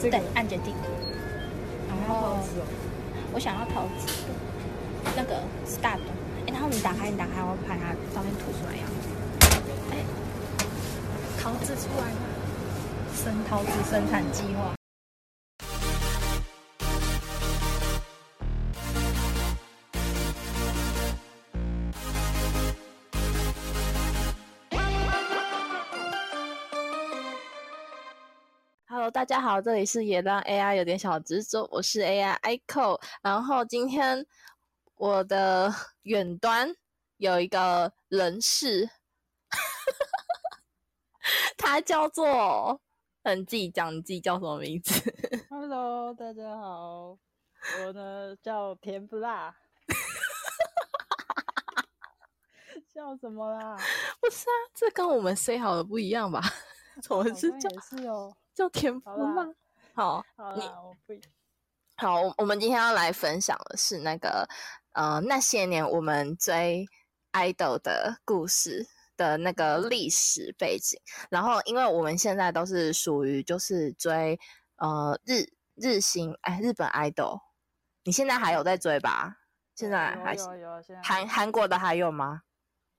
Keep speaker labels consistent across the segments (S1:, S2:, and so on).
S1: 这个
S2: 对，按决定。然
S1: 要
S2: 后
S1: 泡子哦，
S2: 我想要桃子的那个是大的，哎，然后你打开，你打开，我把它照片吐出来呀。哎，
S1: 桃子出来了，生桃子生产计划。
S3: Hello，大家好，这里是也让 AI 有点小执着，我是 AI Ico。然后今天我的远端有一个人士，他叫做，嗯，你自己讲你自己叫什么名字？
S4: Hello，大家好，我呢叫甜不辣， 笑什么啦？
S3: 不是啊，这跟我们 say 好的不一样吧？ 我
S4: 好
S3: 是
S4: 像
S3: 叫
S4: 也是哦，
S3: 叫田馥
S4: 好啦
S3: 甄。好，
S4: 好
S3: 你
S4: 啦，我不
S3: 好，我我们今天要来分享的是那个呃那些年我们追 idol 的故事的那个历史背景。然后，因为我们现在都是属于就是追呃日日新哎日本 idol，你现在还有在追吧？现在
S4: 有啊
S3: 还
S4: 有
S3: 是
S4: 啊有啊，现在
S3: 韩韩国的还有吗？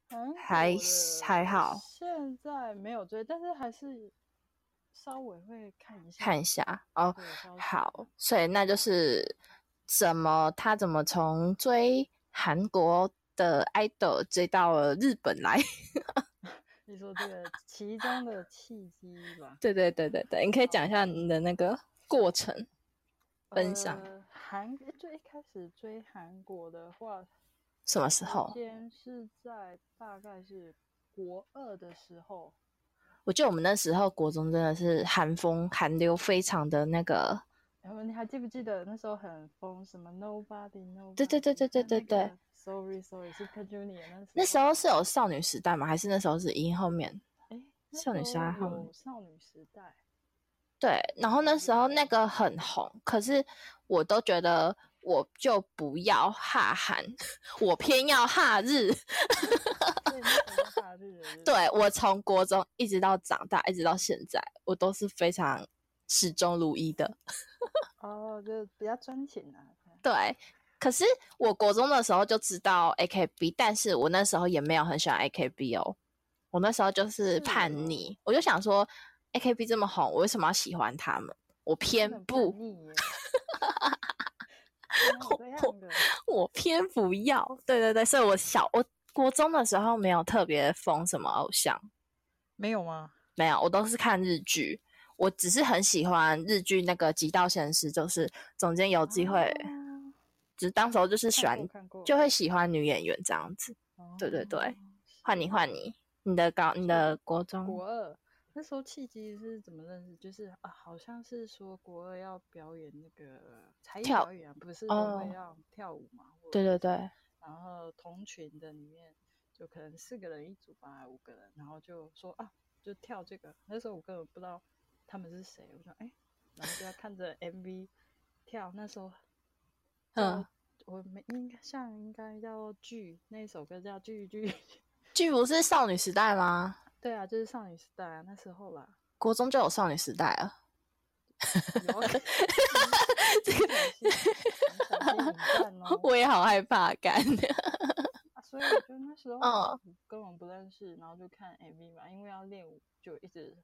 S4: 韩
S3: 还
S4: 国
S3: 是
S4: 的
S3: 还好
S4: 现在没有追，但是还是稍微会看一下，
S3: 看一下哦。
S4: 对，稍微
S3: 好，所以那就是怎么他怎么从追韩国的 idol 追到了日本来？
S4: 你说这个其中的契机吧。
S3: 对对对对对，你可以讲一下你的那个过程分享，
S4: 呃韩、最一开始追韩国的话，
S3: 什么时
S4: 时
S3: 候？
S4: 间是在大概是国二的时候，
S3: 我记得我们那时候国中真的是韩风韩流非常的那个，
S4: 然后你还记不记得那时候很疯什么 Nobody Nobody？
S3: 对对对对对对对。
S4: Sorry Sorry Super Junior
S3: 那
S4: 那
S3: 时
S4: 候，
S3: 候是有少女时代吗？还是那时候是已经后面？
S4: 哎，那
S3: 少女
S4: 时
S3: 时代
S4: 候
S3: 好像
S4: 有少女时代，
S3: 对，然后那时候那个很红，可是我都觉得我就不要哈韩，我偏要哈日。
S4: 对，那时候大 日的日子
S3: 对我从国中一直到长大，一直到现在，我都是非常始终如一的。
S4: 哦，就比较专情啊。
S3: 对，可是我国中的时候就知道 AKB，但是我那时候也没有很喜欢 AKB 哦。我那时候就是
S4: 是
S3: 叛
S4: 哦
S3: 逆，我就想说 AKB 这么红，我为什么要喜欢他们？我偏
S4: 真的很叛
S3: 不，
S4: 逆耶真的有这样的，
S3: 我偏不要。对对对，所以我小我国中的时候没有特别疯什么偶像。
S4: 没有吗？
S3: 没有，我都是看日剧。我只是很喜欢日剧那个《极道鲜师》，就是总监有机会，
S4: 哦
S3: 只当时候就是喜
S4: 看
S3: 欢
S4: 过，看过，
S3: 就会喜欢女演员这样子。对对对
S4: 哦，
S3: 换你，换你，你的高，你的国中，
S4: 国二那时候契机是怎么认识？就是啊，好像是说国二要表演那个才艺
S3: 跳
S4: 表演啊，不是都
S3: 哦
S4: 会要跳舞嘛？或
S3: 对
S4: 者
S3: 对
S4: 是
S3: 对，
S4: 然后同群的里面就可能四个人一组吧，五个人，然后就说啊，就跳这个。那时候我根本不知道他们是谁，我说哎，然后就要看着 MV 跳。那时候，
S3: 嗯，
S4: 我们应该像应该叫剧，那首歌叫剧剧。
S3: 剧不是少女时代吗？
S4: 对啊，就是少女时代啊，那时候啦。
S3: 国中就有少女时代了。
S4: 有这个很小心哦。
S3: 我也好害怕，干。
S4: 啊所以我就那时候
S3: 嗯
S4: 根本不认识，然后就看 MV 嘛，因为要练舞，就一直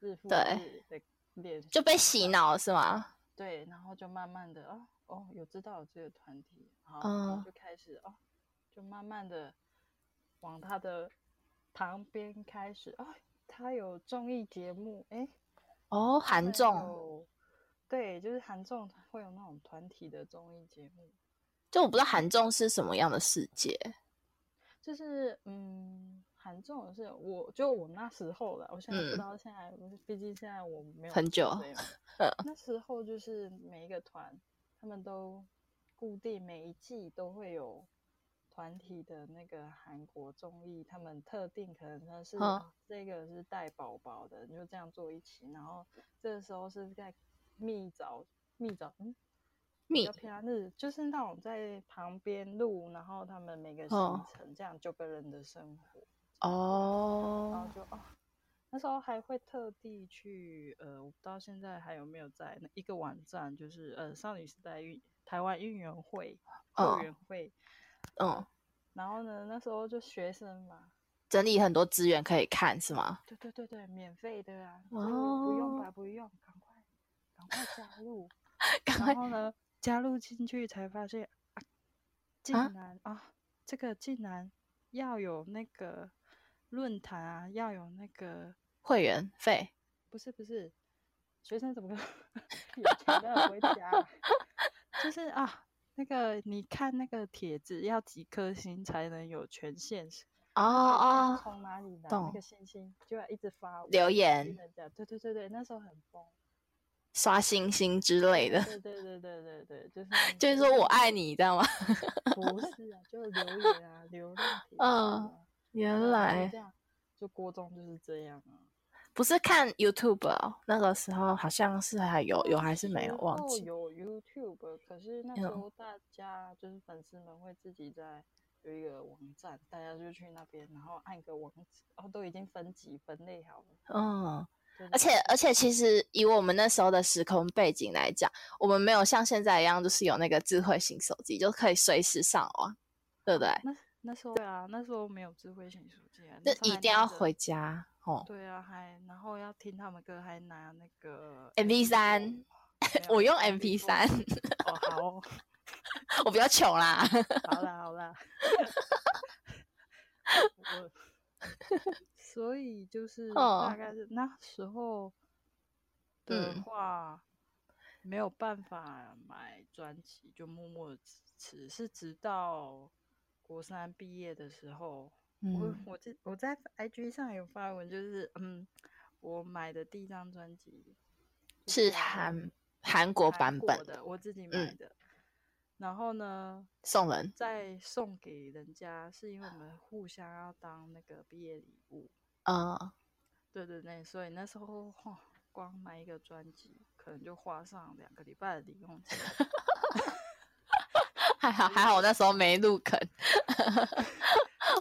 S4: 日复
S3: 对
S4: 日的练习，
S3: 就被洗脑是吗？
S4: 对，然后就慢慢的哦哦，有知道有这个团体，然后然
S3: 嗯
S4: 后就开始哦，就慢慢的往他的旁边开始哦，他有综艺节目，哎，
S3: 哦，韩
S4: 会
S3: 综，
S4: 有，对，就是韩综会有那种团体的综艺节目，
S3: 就我不知道韩综是什么样的世界。
S4: 就是嗯，韩综是我就我那时候了，我现在不
S3: 嗯
S4: 知道现在，毕竟现在我没有
S3: 很
S4: 去
S3: 久嗯
S4: 追嘛 那时候就是每一个团，他们都固定每一季都会有团体的那个韩国综艺，他们特定可能他是、
S3: 嗯
S4: 这个是带宝宝的，你就这样坐一起，然后这时候是在蜜枣蜜枣嗯比
S3: 蜜
S4: 较，平安日，就是啊那种在旁边录，然后他们每个行
S3: 哦
S4: 程这样九个人的生活，然后
S3: 哦，
S4: 就哦，那时候还会特地去，呃，我不知道现在还有没有在那一个网站，就是呃少女时代运台湾运援会
S3: 哦
S4: 后援会，
S3: 嗯，
S4: 然后呢，那时候就学生嘛，
S3: 整理很多资源可以看是吗？
S4: 对对对对，免费的啊，所以不用
S3: 哦
S4: 吧，不用，赶快赶快加入，
S3: 赶快
S4: 然后呢，加入进去才发现啊，竟
S3: 啊
S4: 然啊这个竟然要有那个论坛啊，要有那个
S3: 会员费，
S4: 不是不是，学生怎么可能 有钱当然不会加啊，就是啊，那个你看那个帖子要几颗星才能有权限，
S3: 哦
S4: 哦，
S3: 哦，
S4: 从哪里拿那
S3: 懂
S4: 个星星，就要一直发
S3: 留
S4: 文
S3: 言
S4: 跟人家，对对对对，那时候很疯，
S3: 刷星星之类的，
S4: 对对对对对对，就是你
S3: 就是说我爱，你，知道吗？
S4: 不是啊，就是留言啊， 流量帖子
S3: 嗯
S4: 啊，
S3: 原
S4: 然后就
S3: 来
S4: 这样，就国中就是这样啊，
S3: 不是看 YouTube 哦，那个时候好像是还有有还是没哦有
S4: 时
S3: 忘
S4: 候
S3: 记。
S4: 有 YouTube，可是那
S3: 嗯
S4: 时候大家就是粉丝们会自己在有一个网站，大家就去那边，然后按个网址，然后都已经分级分类好了。
S3: 嗯，
S4: 对
S3: 而
S4: 对
S3: 且
S4: 对
S3: 而且，其实以我们那时候的时空背景来讲，我们没有像现在一样，就是有那个智慧型手机，就可以随时上网，对不对？
S4: 那那时候对啊，那时候没有智慧型手机啊，
S3: 那
S4: 那时候
S3: 一
S4: 还
S3: 定
S4: 拿
S3: 要
S4: 着
S3: 回。家哦。
S4: 对啊，还然后要听他们歌，还拿那个
S3: MP3
S4: 没有
S3: 我用
S4: MP4
S3: MP3
S4: 哦，好哦，
S3: 我比较穷 啦，
S4: 好啦好啦， 我所以就是大
S3: 哦
S4: 概是那时候的
S3: 嗯
S4: 话，没有办法买专辑，就默默地支持，是直到国三毕业的时候，我
S3: 嗯
S4: 我这我在 IG 上有发文，就是嗯，我买的第一张专辑就是啊
S3: 韩韩国版
S4: 韩国
S3: 本
S4: 的，我自己
S3: 嗯
S4: 买的。然后呢，
S3: 送人
S4: 再送给人家，是因为我们互相要当那个毕业礼物。
S3: 啊，
S4: 对对对，所以那时候、哇光买一个专辑，可能就花上两个礼拜的零用 钱。
S3: 还好还好，我那时候没入坑，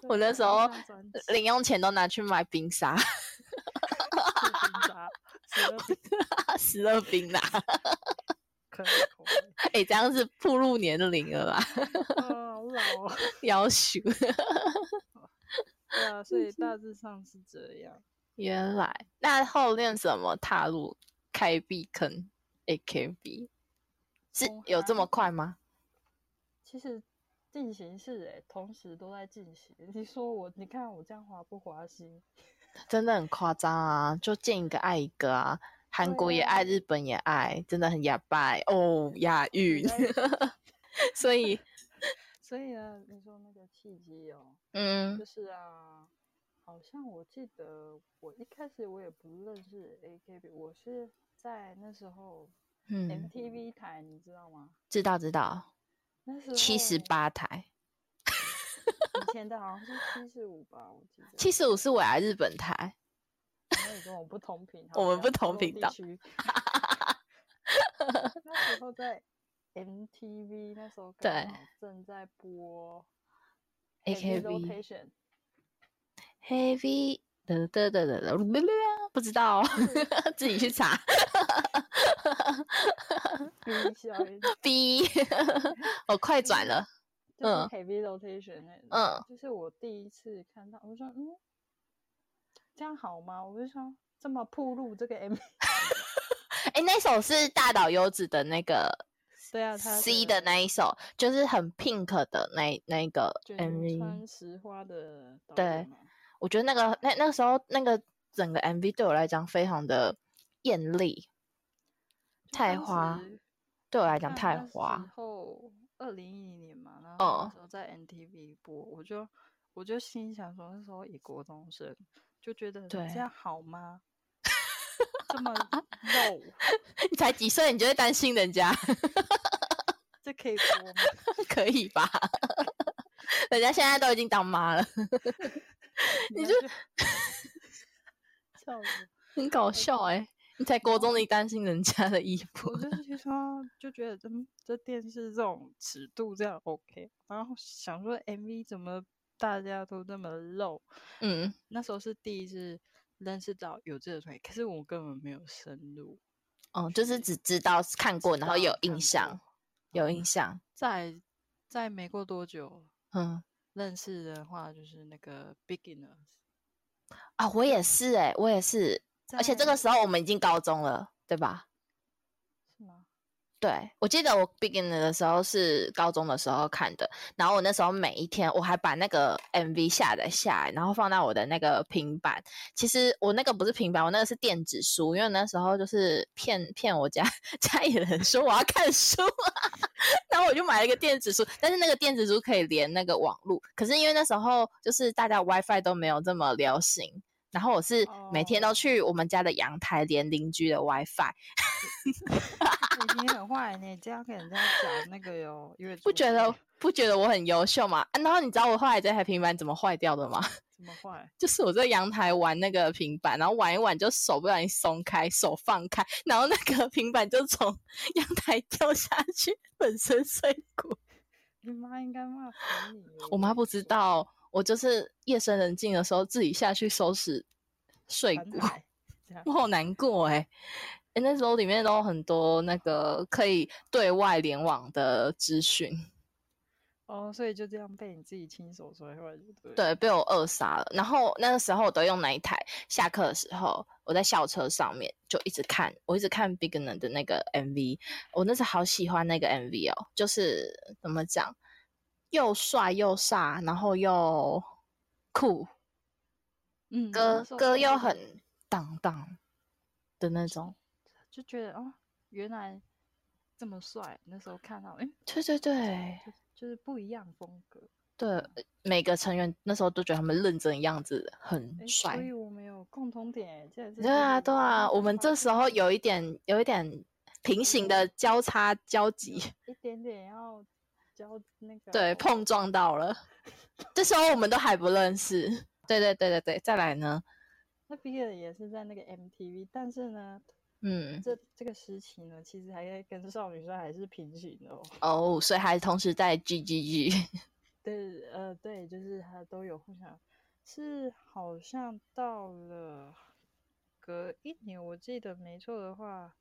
S3: 我那时候零用钱都拿去买冰沙、 十二冰啦，
S4: 可以口味，
S3: 哎、这样是步入年龄了啦，
S4: 啊，好老哦。
S3: 要求。
S4: 对啊，所以大致上是这样。
S3: 原来那后面怎么踏入 KB 坑 AKB？是
S4: 从
S3: 有这么
S4: 韩
S3: 快吗？
S4: 其实进行式哎、同时都在进行。你说我，你看我这样滑不滑心？
S3: 真的很夸张啊！就见一个爱一个啊，韩
S4: 对
S3: 国也
S4: 啊
S3: 爱，日本也爱，真的很哑巴欸哦，亚运。 所以，
S4: 所以呢，你说那个契机哦，
S3: 嗯
S4: 就是啊，好像我记得我一开始我也不认识 AKB，我是在那时候
S3: 嗯，
S4: MTV 台，你知道吗？
S3: 知道知道，
S4: 那时候
S3: 七十，八台，
S4: 以前的好像是七十五吧，我记得。
S3: 七十五是未来日本台，
S4: 那你跟我不同频
S3: 我
S4: 好，
S3: 们
S4: 要
S3: 不同
S4: 落
S3: 频
S4: 地
S3: 道
S4: 区那时候在 MTV，那时候刚
S3: 对
S4: 好正在播
S3: AKB
S4: Rotation，
S3: Heavy 的的的的的，不知道哦、 自己去查。
S4: B 小 音，
S3: B，我 快转了，
S4: 就是
S3: 嗯
S4: Heavy Rotation 那
S3: 嗯
S4: 种，就是我第一次看到，我就说嗯，这样好吗？我就说这么铺路这个 M，
S3: 哎、那首是大岛优子的那个
S4: 对啊，他
S3: C 的那一首，就是很 pink 的那那一个
S4: 卷入
S3: MV。
S4: 川石花的导
S3: 对
S4: 演嘛
S3: 我觉得那个那那个时候那个整个 MV 对我来讲非常的艳丽，
S4: 就
S3: 太
S4: 当
S3: 花
S4: 时
S3: 对我
S4: 我
S3: 来讲太
S4: 然
S3: 花。嗯
S4: 后二零一零年嘛，然后那时候在 NTV 播，我就我就心想说，那时候以国中生就觉得
S3: 对
S4: 这样好吗？ 这 么肉，
S3: 你才几岁，你就会担心人家，
S4: 这可以播吗？
S3: 可以吧？ 人家现在都已经当妈了，
S4: 你就笑死
S3: 很搞笑哎、你才国中，你担心人家的衣服
S4: 我！就是说，就觉得嗯，这电视这种尺度这样 OK，然后想说 MV 怎么大家都这么露，
S3: 嗯，
S4: 那时候是第一次认识到有这个团体，可是我根本没有深入。
S3: 哦，就是只知道看过，然后有印象，有印象，
S4: 在在没过多久
S3: 嗯。
S4: 认识的话，就是那个 Beginners，
S3: 啊，我也是哎、我也是，而且这个
S4: 在
S3: 时候我们已经高中了，对吧？
S4: 是吗？
S3: 对，我记得我 begin 的时候是高中的时候看的，然后我那时候每一天我还把那个 MV 下载下来，然后放到我的那个平板。其实我那个不是平板，我那个是电子书，因为那时候就是骗骗我家 家里人说我要看书，啊 然后我就买了一个电子书，但是那个电子书可以连那个网络，可是因为那时候就是大家 WiFi 都没有这么流行，然后我是每天
S4: 哦
S3: 都去我们家的阳台连邻居的 WiFi。
S4: 你很坏呢，这样给人家讲那个哟，因为
S3: 不觉得不觉得我很优秀吗、啊？然后你知道我后来这台平板怎么坏掉的吗？
S4: 怎么坏？
S3: 就是我在阳台玩那个平板，然后玩一玩就手不小心松开，手放开，然后那个平板就从阳台掉下去，粉身碎骨。
S4: 你妈应该骂死你耶。
S3: 我妈不知
S4: 说
S3: 道，我就是夜深人静的时候自己下去收拾碎
S4: 反
S3: 骨，
S4: 海这样
S3: 我好难过哎、欸。诶那时候里面都有很多那个可以对外联网的资讯，
S4: 哦，所以就这样被你自己亲手摔坏，就对了。
S3: 对，被我扼杀了。然后那个时候我都用那一台，下课的时候我在校车上面就一直看，我一直看 Bigner 的那个 MV，我那时候好喜欢那个 MV 哦，就是怎么讲，又帅又飒，然后又酷，
S4: 嗯，
S3: 歌
S4: 那时候
S3: 歌
S4: 看
S3: 又
S4: 到
S3: 很
S4: 这个
S3: 荡荡的那种。
S4: 就觉得哦，原来这么帅。那时候看到，哎、
S3: 对对对
S4: 就就是不一样风格。
S3: 对，每个成员那时候都觉得他们认真的样子
S4: 哎、
S3: 很帅。
S4: 所以我们有共同点，这这
S3: 对啊，
S4: 就是
S3: 对啊，
S4: 共
S3: 我
S4: 同
S3: 们
S4: 发
S3: 这
S4: 现
S3: 时候有一点有一点平行的交叉交集，
S4: 有一点点要交那 个
S3: 对，碰撞到了。 这时候我们都还不认识。对对对对对，再来呢？
S4: 那毕业的也是在那个 MTV，但是呢，
S3: 嗯，
S4: 这这个时期呢，其实还在跟少女帅还是平行的哦。
S3: 哦，所以还同时在 G G G。
S4: 对，呃，对，就是他都有互相，是好像到了隔一年，我记得没错的话，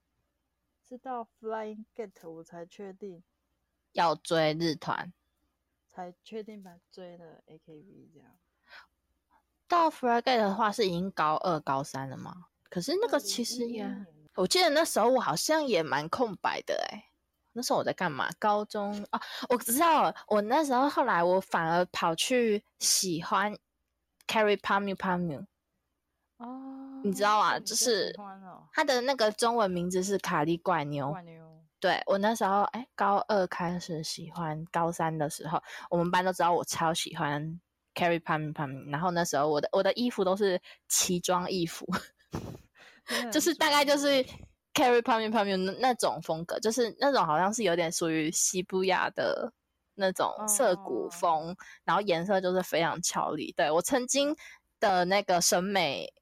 S4: 是到 Flying Get 我才确定，
S3: 要追日团
S4: 才确定把追了 AKB 这样。
S3: 到 Fragate 的话是已经高二高三了吗？可是那
S4: 嗯
S3: 个其实
S4: 2011
S3: 也，
S4: 年
S3: 我记得那时候我好像也蛮空白的哎、那时候我在干嘛？高中啊，我知道了，我那时候后来我反而跑去喜欢 Carry Pamu Pamu，
S4: 哦，
S3: 你知道啊
S4: 那你
S3: 就
S4: 喜
S3: 是哦
S4: 欢哦，
S3: 他的那个中文名字是卡利怪妞
S4: 哇。牛，
S3: 对我那时候哎，高二开始喜欢，高三的时候我们班都知道我超喜欢 Carry Pamu Pamu，然后那时候我的我的衣服都是奇装异服。
S4: 真 的
S3: 就
S4: 很哦
S3: 是大
S4: 专
S3: 概就是
S4: 业
S3: carry p a m u p a m u 那那种风格，就是那种好像是有点属于西布亚的那种涩谷
S4: 哦
S3: 风，然后颜色就是非常俏丽。对我曾经的那个审美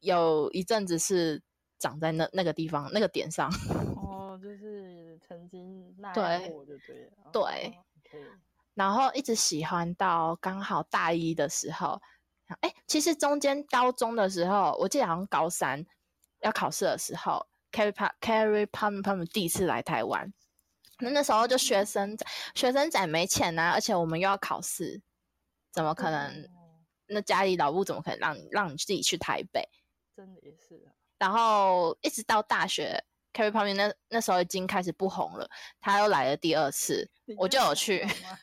S3: 有一阵子是长在那那个地方那个点上，
S4: 哦，就是曾经那
S3: 对
S4: 过就对了，
S3: 对
S4: 哦，OK，
S3: 然后一直喜欢到刚好大一的时候。哎，其实中间高中的时候，我记得好像高三要考试的时候，Carry Pa Carry Pam Pam 第一次来台湾，那那时候就学生仔学生仔没钱啊呐、而且我们又要考试，怎么可能？
S4: 哦
S3: 那家里老母怎么可能让你让你自己去台北？
S4: 真的也是啊，
S3: 然后一直到大学，Carry Pam 那那时候已经开始不红了，他又来了第二次，
S4: 你
S3: 我
S4: 这
S3: 就
S4: 样
S3: 有
S4: 讲
S3: 去
S4: 好吗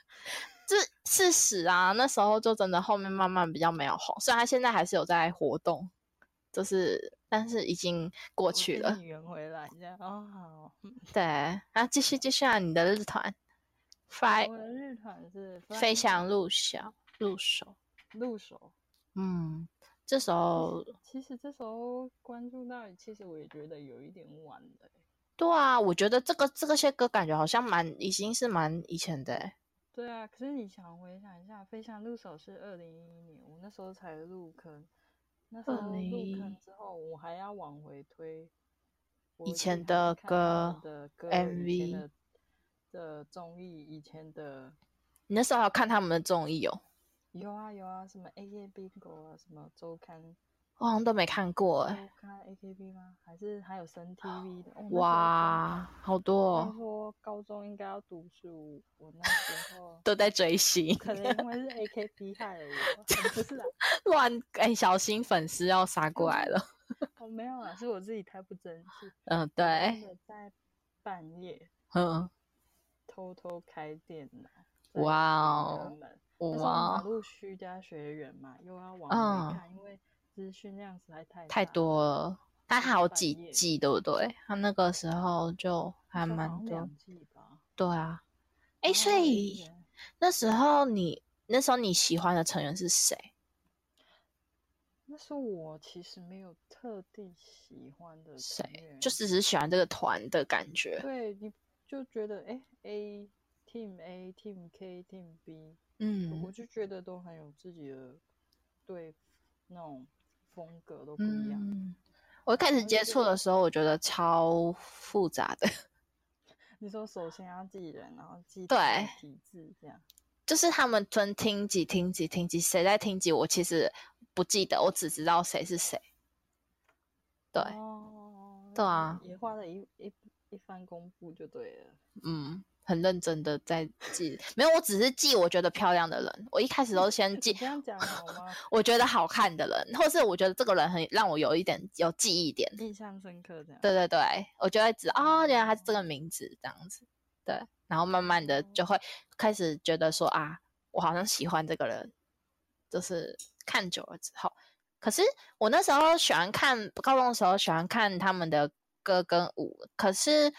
S3: 这事实啊，那时候就真的后面慢慢比较没有红，虽然他现在还是有在活动，就是但是已经过
S4: 我
S3: 去
S4: 给
S3: 了。
S4: 你圆回来，这样哦好。嗯
S3: 对，啊，继续继续啊，你的日团，Fly
S4: 我的日团是
S3: 哎飞翔入小入手，
S4: 入手。
S3: 嗯，这首
S4: 其实这时候关注到，其实我也觉得有一点晚了欸。
S3: 对啊，我觉得这个这个些歌感觉好像蛮已经是蛮以前的欸，
S4: 对啊，可是你想回想一下，飞翔入手是二零一一年，我那时候才入坑。那时候入
S3: 2011
S4: 坑之后，我还要往回推我
S3: 以
S4: 去
S3: 前
S4: 还
S3: 的
S4: 看他
S3: 歌
S4: 们的歌、以
S3: MV
S4: 前的的综艺、以前的
S3: 你那时候还有看他们的综艺哦，
S4: 有啊有啊，什么 A K B 狗啊，什么周刊
S3: 我好像都没看过哎、
S4: 有看 AKB 吗？还是还有升 TV 的？哦、那时候真的！
S3: 哇，好多、
S4: 那
S3: 哦、
S4: 时候高中应该要读书，我那时候
S3: 都在追星，
S4: 可能因为是 AKB 害了我，不是啊，
S3: 乱哎、小心粉丝要杀过来了。
S4: 我没有啊，是我自己太不争 气。
S3: 嗯，
S4: 真
S3: 对，
S4: 的在半夜
S3: 嗯，
S4: 偷偷开电脑。在
S3: 哇
S4: 学他
S3: 哦，
S4: 们那时候马
S3: 哇，
S4: 路虚加学员嘛，又要往
S3: 嗯
S4: 回看，因为资讯量实在太
S3: 太
S4: 大
S3: 多
S4: 了，
S3: 了。他还有
S4: 半
S3: 几
S4: 夜
S3: 季，对不对？他那个时候就还
S4: 那时候好
S3: 蛮
S4: 像哦
S3: 多，
S4: 两季吧。
S3: 对啊。哎，
S4: 然后
S3: 所
S4: 我就
S3: 以
S4: 觉得
S3: 那时候你那时候你喜欢的成员是谁？
S4: 那时候我其实没有特地喜欢的成
S3: 谁
S4: 员，
S3: 就只是喜欢这个团的感觉。
S4: 对，你就觉得哎、a Team A、Team K、Team B，、我
S3: 嗯
S4: 就觉得都很有自己的对那种风格都不一样。
S3: 嗯，我一开始
S4: 后就
S3: 接
S4: 觉
S3: 触
S4: 得
S3: 的时候，我觉得超复杂的，
S4: 你说首先要记人，然后记
S3: 对
S4: 他的体质这样，
S3: 就是他们分听几听几听几，谁在听几，我其实不记得，我只知道谁是谁。对，
S4: 哦，
S3: 对啊
S4: 也花了一一一番功夫就对了。
S3: 嗯，很认真的在记，没有，我只是记我觉得漂亮的人。我一开始都是先
S4: 你
S3: 记
S4: 这样讲好 吗？
S3: 我觉得好看的人，或是我觉得这个人很让我有一点有记忆点。
S4: 印象深刻这样。
S3: 对对对，我就会知道哦，原来他是这个名字这样子。对，然后慢慢的就会
S4: 哦
S3: 开始觉得说啊，我好像喜欢这个人，就是看久了之后。可是我那时候喜欢看，高中的时候喜欢看他们的歌跟舞，可是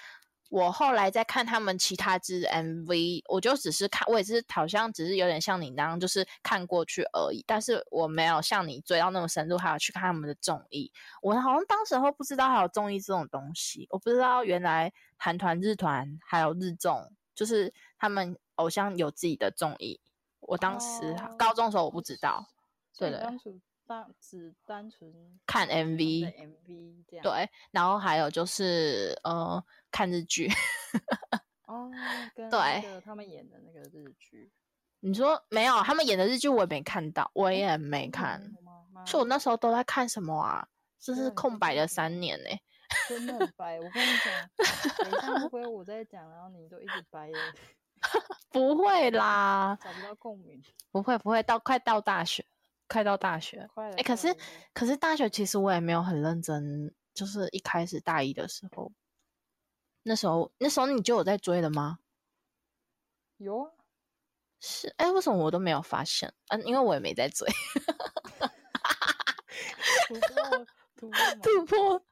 S3: 我后来再看他们其他支 MV，我就只是看，我也是好像只是有点像你那样，就是看过去而已，但是我没有像你追到那么深入，还有去看他们的综艺。我好像当时候不知道还有综艺这种东西，我不知道原来韩团、日团还有日综，就是他们偶像有自己的综艺。我当时还、
S4: 哦
S3: 高中的时候我不
S4: 哦
S3: 知道，
S4: 所以
S3: 对对
S4: 单纯单只单纯
S3: 看
S4: 他们的
S3: MV
S4: MV 这样。
S3: 对，然后还有就是呃看日剧。
S4: 哦，跟那
S3: 对
S4: 个他们演的那个日剧，
S3: 你说没有？他们演的日剧我也没看到，我
S4: 诶
S3: 也没
S4: 你
S3: 看
S4: 有。吗？
S3: 所以我那时候都在看什么啊？这
S4: 对啊
S3: 是
S4: 你
S3: 空
S4: 在
S3: 白
S4: 看
S3: 的
S4: 什么
S3: 三年呢、
S4: 候真的很白。我跟你讲，等一下会不会我在讲，然后你就一直白眼，
S3: 不会啦，
S4: 找不到共鸣？
S3: 不会不会，到快到大学，快到大学。
S4: 快了，
S3: 哎、可
S4: 快
S3: 是
S4: 了
S3: 可是大学其实我也没有很认真，就是一开始大一的时候，那时候那时候你就有在追了吗？
S4: 有啊，
S3: 是，哎、为什么我都没有发现？嗯，因为我也没在追。
S4: 突破突破 盲
S3: 突
S4: 点
S3: 破。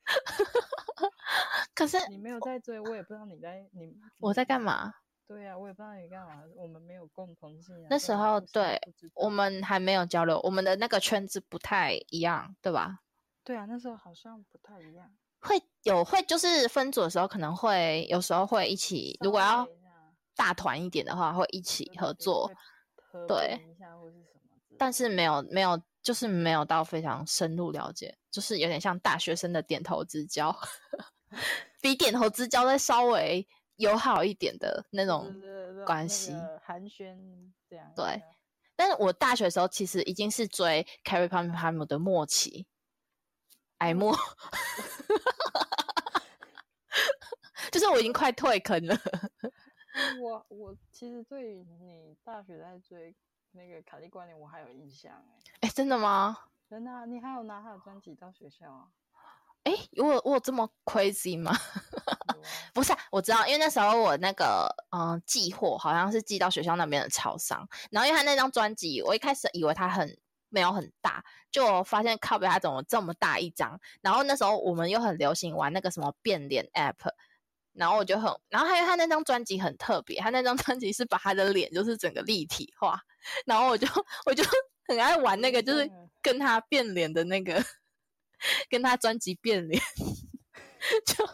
S3: 可是
S4: 你没有在追，我也不知道你在你
S3: 我在干
S4: 嘛。
S3: 嘛？
S4: 对啊，我也不知道你干嘛，我们没有共同性啊。
S3: 那
S4: 在
S3: 时
S4: 哪
S3: 候
S4: 互相
S3: 对
S4: 不知道
S3: 我们还没有交流，我们的那个圈子不太一样，对吧？
S4: 对啊，那时候好像不太一样。
S3: 会有会就是分组的时候，可能会有时候会一起，如果
S4: 稍
S3: 要
S4: 微这样
S3: 大团一点的话，会一起合作，，
S4: 对对对会
S3: 对
S4: 合并一下或是什么之类的，
S3: 但是没有没有就是没有到非常深入了解，就是有点像大学生的点头之 交， 比点头之交再稍微友好一点的那种
S4: 对对对
S3: 关
S4: 那
S3: 系
S4: 个寒暄这样。啊
S3: 对，但是我大学的时候其实已经是追 Carrie Pam Pam 的末期，矮末，
S4: 嗯
S3: 就是我已经快退坑了。
S4: 那我我其实对于你大学在追那个卡利关联，我还有印象
S3: 哎，
S4: 哎，
S3: 真的吗？
S4: 真的啊，你还有拿他的专辑到学校啊？
S3: 哎，我有我有这么 crazy 吗？
S4: 有啊
S3: 不是啊、我知道，因为那时候我那个嗯、呃寄货好像是寄到学校那边的超商，然后因为他那张专辑，我一开始以为它很没有很大，就我发现靠北它怎么这么大一张，然后那时候我们又很流行玩那个什么变脸 app。然后我就很，然后还有他那张专辑很特别，他那张专辑是把他的脸就是整个立体化，然后我就我就很爱玩 那个，就是
S4: 真的
S3: 跟他变脸的那个，跟他专辑变脸， 就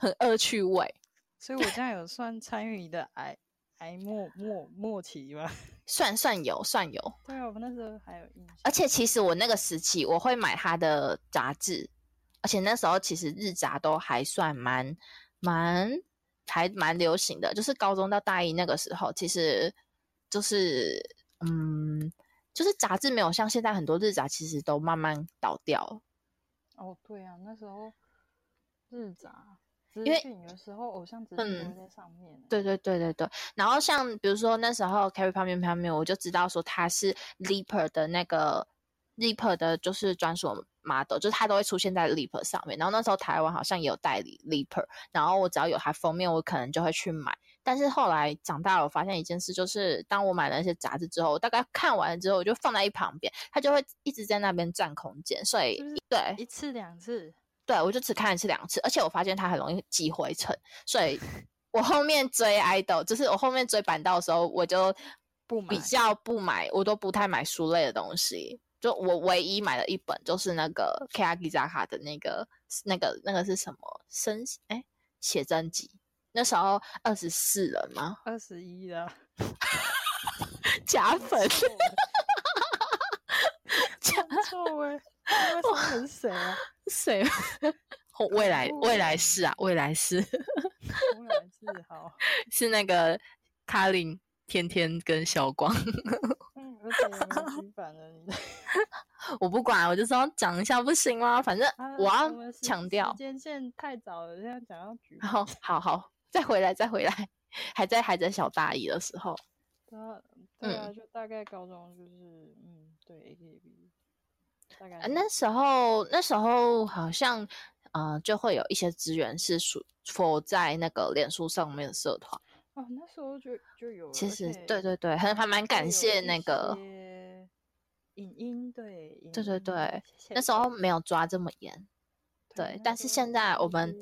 S3: 很恶趣味。
S4: 所以我这样有算参与你的癌癌末末末期吗？
S3: 算算有算有，
S4: 对啊，我那时候还有印象。
S3: 而且其实我那个时期我会买他的杂志，而且那时候其实日杂都还算蛮蛮还蛮流行的，就是高中到大一那个时候，其实就是嗯，就是杂志没有像现在很多日杂其实都慢慢倒掉了，
S4: 哦，对啊，那时候日杂资
S3: 为
S4: 讯有时候偶像资讯都
S3: 嗯
S4: 会在上面欸。
S3: 对对对对对，然后像比如说那时候 Carrie 旁边旁边，我就知道说他是 Leaper 的那个 Leaper 的，就是专属 model，就是他都会出现在 Leaper 上面。然后那时候台湾好像也有代理 Leaper，然后我只要有它封面，我可能就会去买。但是后来长大了，我发现一件事，就是当我买了那些杂志之后，我大概看完了之后，我就放在一旁边，它就会一直在那边占空间。所以
S4: 是不是
S3: 对
S4: 一次两次，
S3: 对，我就只看一次两次，而且我发现它很容易积灰尘，所 以我后面追 idol，就是我后面追板道的时候，我就
S4: 不
S3: 比
S4: 买
S3: 较不买，我都不太买书类的东西。就我唯一买了一本，就是那个 k a g i z a k a 的那个那个那个是什么生哎写真集，那时候二十四人吗？
S4: 二十 一了，
S3: 假粉
S4: 讲错哎，那个商人谁啊？
S3: 谁？未来未来
S4: 恶
S3: 式啊，未来式
S4: 胡来志豪，
S3: 是那个卡琳、天天跟小光。
S4: 嗯，而且也没有举反了你。
S3: 我不管，我就说讲一下不行吗？反正
S4: 啊
S3: 我要
S4: 们时
S3: 强调
S4: 时。间线太早了，现在讲要举
S3: 然后，好好再回来，再回来，还在还在小大一的时候，
S4: 对啊，对
S3: 嗯
S4: 啊，就大概高中就是，嗯，对 AKB，大概
S3: 呃
S4: 是
S3: 那时候那时候好像呃就会有一些资源是属否在那个脸书上面的社团。
S4: 哦，那时候就就有了，
S3: 其
S4: 而
S3: 实
S4: 且
S3: 对对对，很还蛮
S4: 会
S3: 感
S4: 哦有
S3: 谢
S4: 一
S3: 那个，
S4: 些影音，对，影
S3: 对对
S4: 音
S3: 对，
S4: 线
S3: 那时候
S4: 动
S3: 没有抓这么严。对，但是现在我们，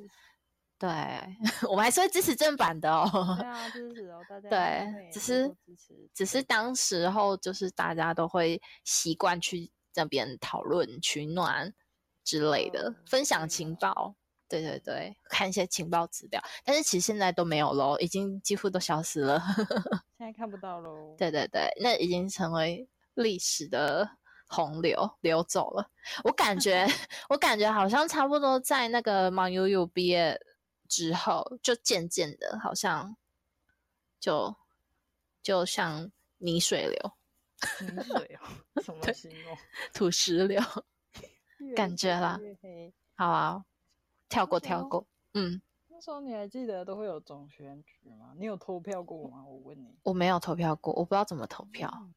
S3: 对 我们还是会支持正版的哦。
S4: 那 时候就是对啊，支持哦，大家
S3: 对
S4: 妹，
S3: 只
S4: 多
S3: 是
S4: 多支持
S3: 只是当时候就是大家都会习惯去那边讨论取暖之类的，
S4: 嗯
S3: 分享
S4: 对
S3: 情
S4: 啦
S3: 报。对对对，看一些情报资料，但是其实现在都没有喽，已经几乎都消失了。
S4: 现在看不到喽，
S3: 对对对，那已经成为历史的洪流流走了。我感觉，我感觉好像差不多在那个马悠悠毕业之后，就渐渐的，好像就就像泥水流、
S4: 泥水哦，什么形容？
S3: 土石流，
S4: 越
S3: 感
S4: 黑
S3: 觉啦
S4: 越黑。
S3: 好啊，跳过
S4: 什
S3: 跳
S4: 么
S3: 过，嗯，
S4: 那时候你还记得都会有总选举吗？你有投票过吗？我问你。
S3: 我没有投票过，我不知道怎么投票。
S4: 嗯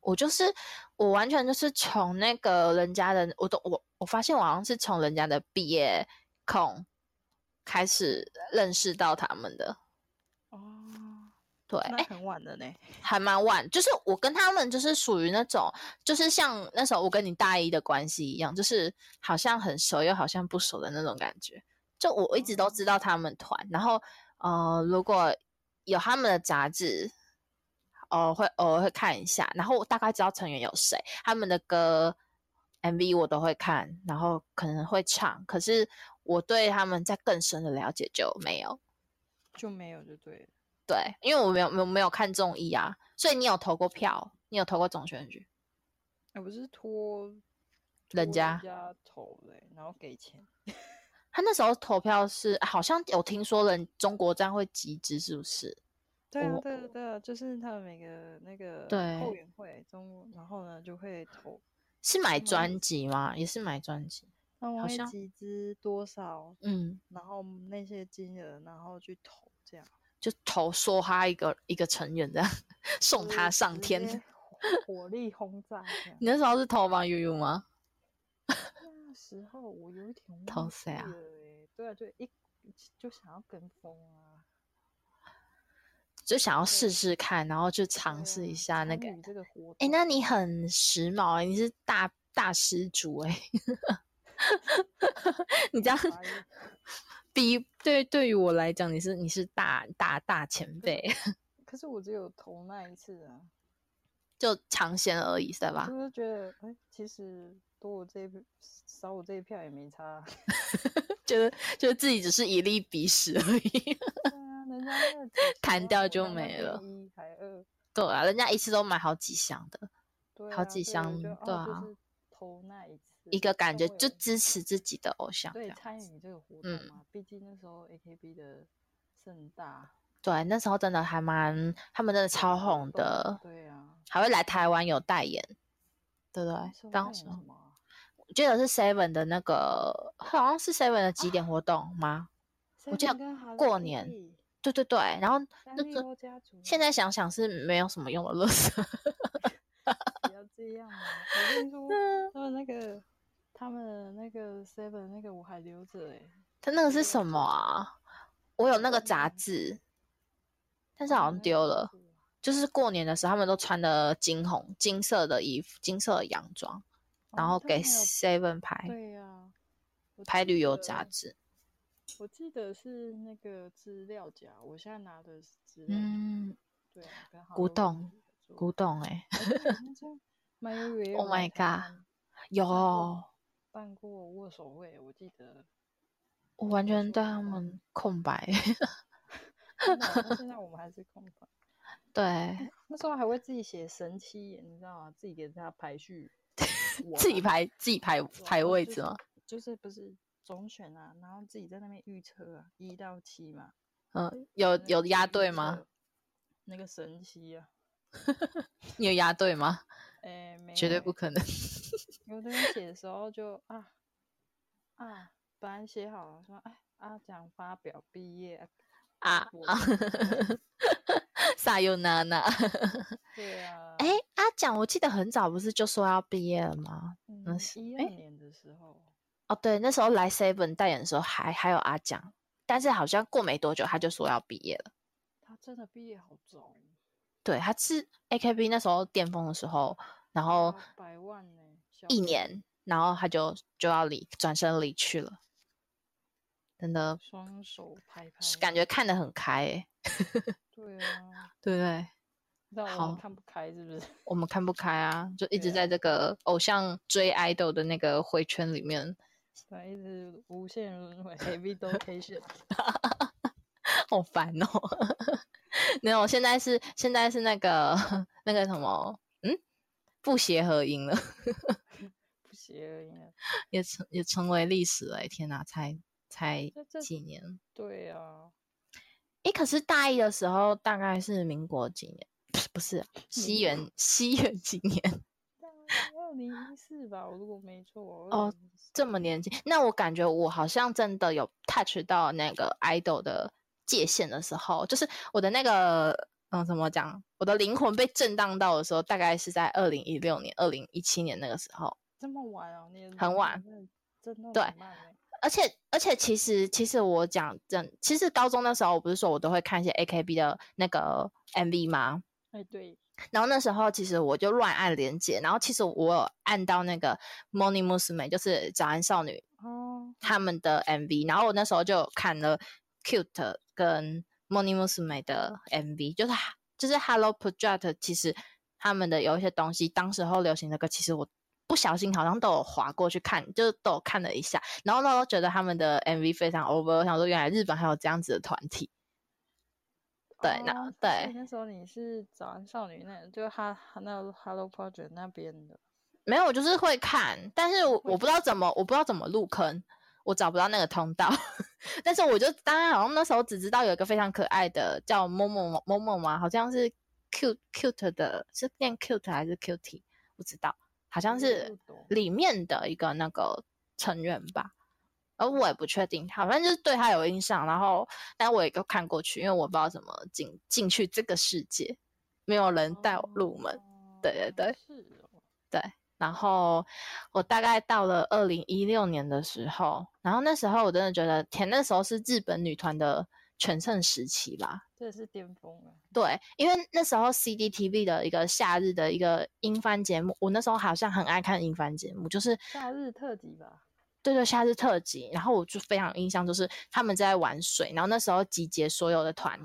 S3: 我就是我完全就是从那个人家的，我都我我发现我好像是从人家的毕业控开始认识到他们的，
S4: 哦，
S3: 对，
S4: 那
S3: 诶
S4: 很晚了呢。
S3: 还蛮晚，就是我跟他们就是属于那种，就是像那时候我跟你大一的关系一样，就是好像很熟又好像不熟的那种感觉。就我一直都知道他们团，然后呃，如果有他们的杂志，哦、会偶尔会看一下，然后我大概知道成员有谁，他们的歌 MV 我都会看，然后可能会唱，可是我对他们在更深的了解就没有。
S4: 就没有就对了。
S3: 对，因为我没有没有没有看中医啊，所以你有投过票，你有投过总选举，
S4: 哎，我是托
S3: 人
S4: 托
S3: 家
S4: 家投的欸、然后给钱。
S3: 他那时候投票是好像有听说人中国站会集资，是不是？
S4: 对啊
S3: 我，
S4: 对啊，对啊，就是他们每个那个
S3: 对
S4: 后援会中国，然后呢就会投，
S3: 是买
S4: 嗯
S3: 专辑吗？也是买专辑，
S4: 那我
S3: 好
S4: 会
S3: 像
S4: 集资多少，
S3: 嗯，
S4: 然后那些金额，然后去投这样。
S3: 就投说他一个一个成员这样送
S4: 就是
S3: 他上
S4: 直
S3: 天
S4: 接。火，火力轰炸这样。
S3: 你那时候是投王悠悠吗？
S4: 那时候我有一点
S3: 投
S4: 忘
S3: 谁
S4: 记
S3: 啊
S4: 了欸？对啊，就一就想要跟风啊，
S3: 就想要
S4: 对
S3: 试试看，然后就尝
S4: 对
S3: 试一
S4: 啊
S3: 下那
S4: 参
S3: 个。
S4: 与这个活动。啊
S3: 哎、那你很时髦哎、你是大大师主哎、 你这样
S4: 发育
S3: 比对对于我来讲，你是你是大大大前辈，
S4: 可是我只有投那一次啊，
S3: 就尝鲜而已，对吧
S4: 就？是觉得，哎、其实多我这一票，少我这一票也没差啊。
S3: 觉得觉得自己只是一粒鼻屎而已。
S4: 对啊，人家那个几十
S3: 砍
S4: 万
S3: 掉
S4: 我
S3: 就
S4: 看到
S3: 没
S4: 第
S3: 了
S4: 一还二，
S3: 对啊，人家一次都买好几箱的，
S4: 对
S3: 好
S4: 啊
S3: 几
S4: 所以
S3: 箱
S4: 我就
S3: 对
S4: 哦就
S3: 啊
S4: 是投那一次，
S3: 一个感
S4: 但
S3: 觉
S4: 我
S3: 就
S4: 有
S3: 支持自己的偶像这
S4: 对
S3: 样。
S4: 参与这个活动
S3: 嗯
S4: 嘛，毕竟那时候 AKB 的盛大
S3: 对，那时候真的还蛮，他们真的超
S4: 活
S3: 红
S4: 动
S3: 的，
S4: 对啊，
S3: 还会来台湾有代言，对不
S4: 那
S3: 对？
S4: 时候代
S3: 当
S4: 言
S3: 时
S4: 什
S3: 候
S4: 么啊
S3: 我记得是 Seven 的那个，好像是 Seven 的几点活动吗？我记得
S4: Seven 跟好
S3: 过
S4: 乐
S3: 年
S4: 蒂
S3: 对对对，然后
S4: 三
S3: 那
S4: 丽
S3: 个
S4: 鸥家族
S3: 现在想想是没有什么用的垃圾。
S4: 不要这样啊！我跟你 说，他们那个他们的那个 Seven 那个我还留着哎、
S3: 它那个
S4: 没
S3: 是
S4: 有
S3: 什么啊？我有那个杂
S4: 嗯
S3: 志，但
S4: 但
S3: 是好像丢了。就是过年的时候，他们都穿的金红、金色的衣服、金色的洋装，然
S4: 哦
S3: 后
S4: 他
S3: 给
S4: 们还有
S3: Seven 拍
S4: 对呀、我
S3: 拍
S4: 记
S3: 旅游
S4: 得
S3: 杂志。
S4: 我记得是那个资料夹，我现在拿的是资料夹。
S3: 嗯，
S4: 对啊，跟好
S3: 古
S4: 乐蒂
S3: 董
S4: 合作
S3: 古。董哎、
S4: 哎对好像这样马友友也有
S3: Oh
S4: 来
S3: my god
S4: 台湾
S3: 有，
S4: 过
S3: 我
S4: 办过握手会，我记得。
S3: 完
S4: 没有
S3: 全
S4: 说
S3: 对他
S4: 过
S3: 们空白。
S4: 真的啊到现在我们还是空白。
S3: 对，，
S4: 那时候还会自己写神七眼，你知道吗？自己给他排序
S3: 自己
S4: 哇
S3: 排自己排
S4: 哇
S3: 排
S4: 那
S3: 位
S4: 就
S3: 置
S4: 是
S3: 吗？
S4: 就是不是总选啊，然后自己在那边预测啊，一到七嘛。
S3: 嗯，有
S4: 那
S3: 有
S4: 自
S3: 压
S4: 己预
S3: 队吗
S4: 测？？那个神七啊，
S3: 你有压队吗？
S4: 哎、没
S3: 绝对
S4: 有
S3: 不
S4: 欸
S3: 可能。
S4: 有的人写的时候就啊啊，本来写好了说，哎，阿奖发表毕业啊
S3: 啊
S4: 我
S3: 啊！ 撒尤娜娜，
S4: 对啊，
S3: 哎，阿蒋，我记得很早不是就说要毕业了吗？
S4: 嗯，
S3: 是
S4: 一
S3: 哎
S4: 二年的时候，
S3: 哦，对，那时候来 Seven 代言的时候还还有阿蒋，但是好像过没多久他就说要毕业了。
S4: 他真的毕业好早哦，
S3: 对，他是 AKB 那时候巅峰的时候，然后
S4: 要百万呢、小
S3: 一
S4: 朋
S3: 年，然后他就就要离转身离去了，真的
S4: 双手拍拍，
S3: 是感觉看得很开、欸，
S4: 对啊，
S3: 对不对？
S4: 让我
S3: 好
S4: 们看不开是不 是？
S3: 我们看不开啊，就一直
S4: 对
S3: 在
S4: 啊
S3: 这个偶像追 idol 的那个回圈里面
S4: 对啊，一直无限轮回，heavy rotation，
S3: 好烦哦。 没有，现在是现在是那个 那个什么，嗯，不协和音了，
S4: 不邪而已啊。
S3: 也成也成为历史了欸。天哪，才才
S4: 这这
S3: 几年？
S4: 对啊，
S3: 诶，可是大一的时候大概是民国几年？ 不是啊西
S4: 民
S3: 元西元几年？
S4: 二零一四吧，我如果没错，
S3: 哦，这么年轻，那我感觉我好像真的有 touch 到那个 idol 的界限的时候，就是我的那个嗯，怎么讲，我的灵魂被震荡到的时候，大概是在二零一六年、二零一七年那个时候。
S4: 这么晚哦，你的
S3: 很
S4: 人
S3: 晚
S4: 真的，真的
S3: 对
S4: 很慢欸
S3: 而且而且，其实其实我讲真，其实高中那时候，我不是说我都会看一些 AKB 的那个 MV 吗？
S4: 哎，对，
S3: 然后那时候其实我就乱按连接，然后其实我有按到那个 Morning Musume，就是早安少女
S4: 哦，
S3: 他们的 MV，然后我那时候就有看了 Cute 跟 Morning Musume 的 MV，就是哈就是 Hello Project，其实他们的有一些东西，当时候流行的歌，其实我不小心好像都有划过去看，就是都有看了一下，然后那时候觉得他们的 MV 非常 over，我想说原来日本还有这样子的团体，对那
S4: 哦所以
S3: 对
S4: 那时候你是早安少女那，就哈哈那 Hello Project 那边的，
S3: 没有，我就是会看，但是
S4: 嗯
S3: 我我不知道怎么，我不知道怎么入坑，我找不到那个通道。 但是我就当然好像那时候只知道有一个非常可爱的叫某某某某嘛，好像是 cute cute 的，是念 cute 还是 cutie？不知道，好像
S4: 我
S3: 是
S4: 不懂
S3: 里面的一个那个成员吧，而我也不确定他，反正就是对他有印象，然后但我也都看过去，因为我不知道怎么进进去这个世界，没有人嗯带我入门。对对
S4: 哦
S3: 对
S4: 是哦，
S3: 然后我大概到了二零一六年的时候，然后那时候我真的觉得，天，那时候是日本女团的全盛时期吧？
S4: 这也是巅峰啊，
S3: 对，因为那时候 CCTV 的一个夏日的一个英番节目，我那时候好像很爱看英番节目，就是
S4: 夏日特辑吧，
S3: 对对夏日特辑，然后我就非常有印象，就是他们在玩水，然后那时候集结所有的团，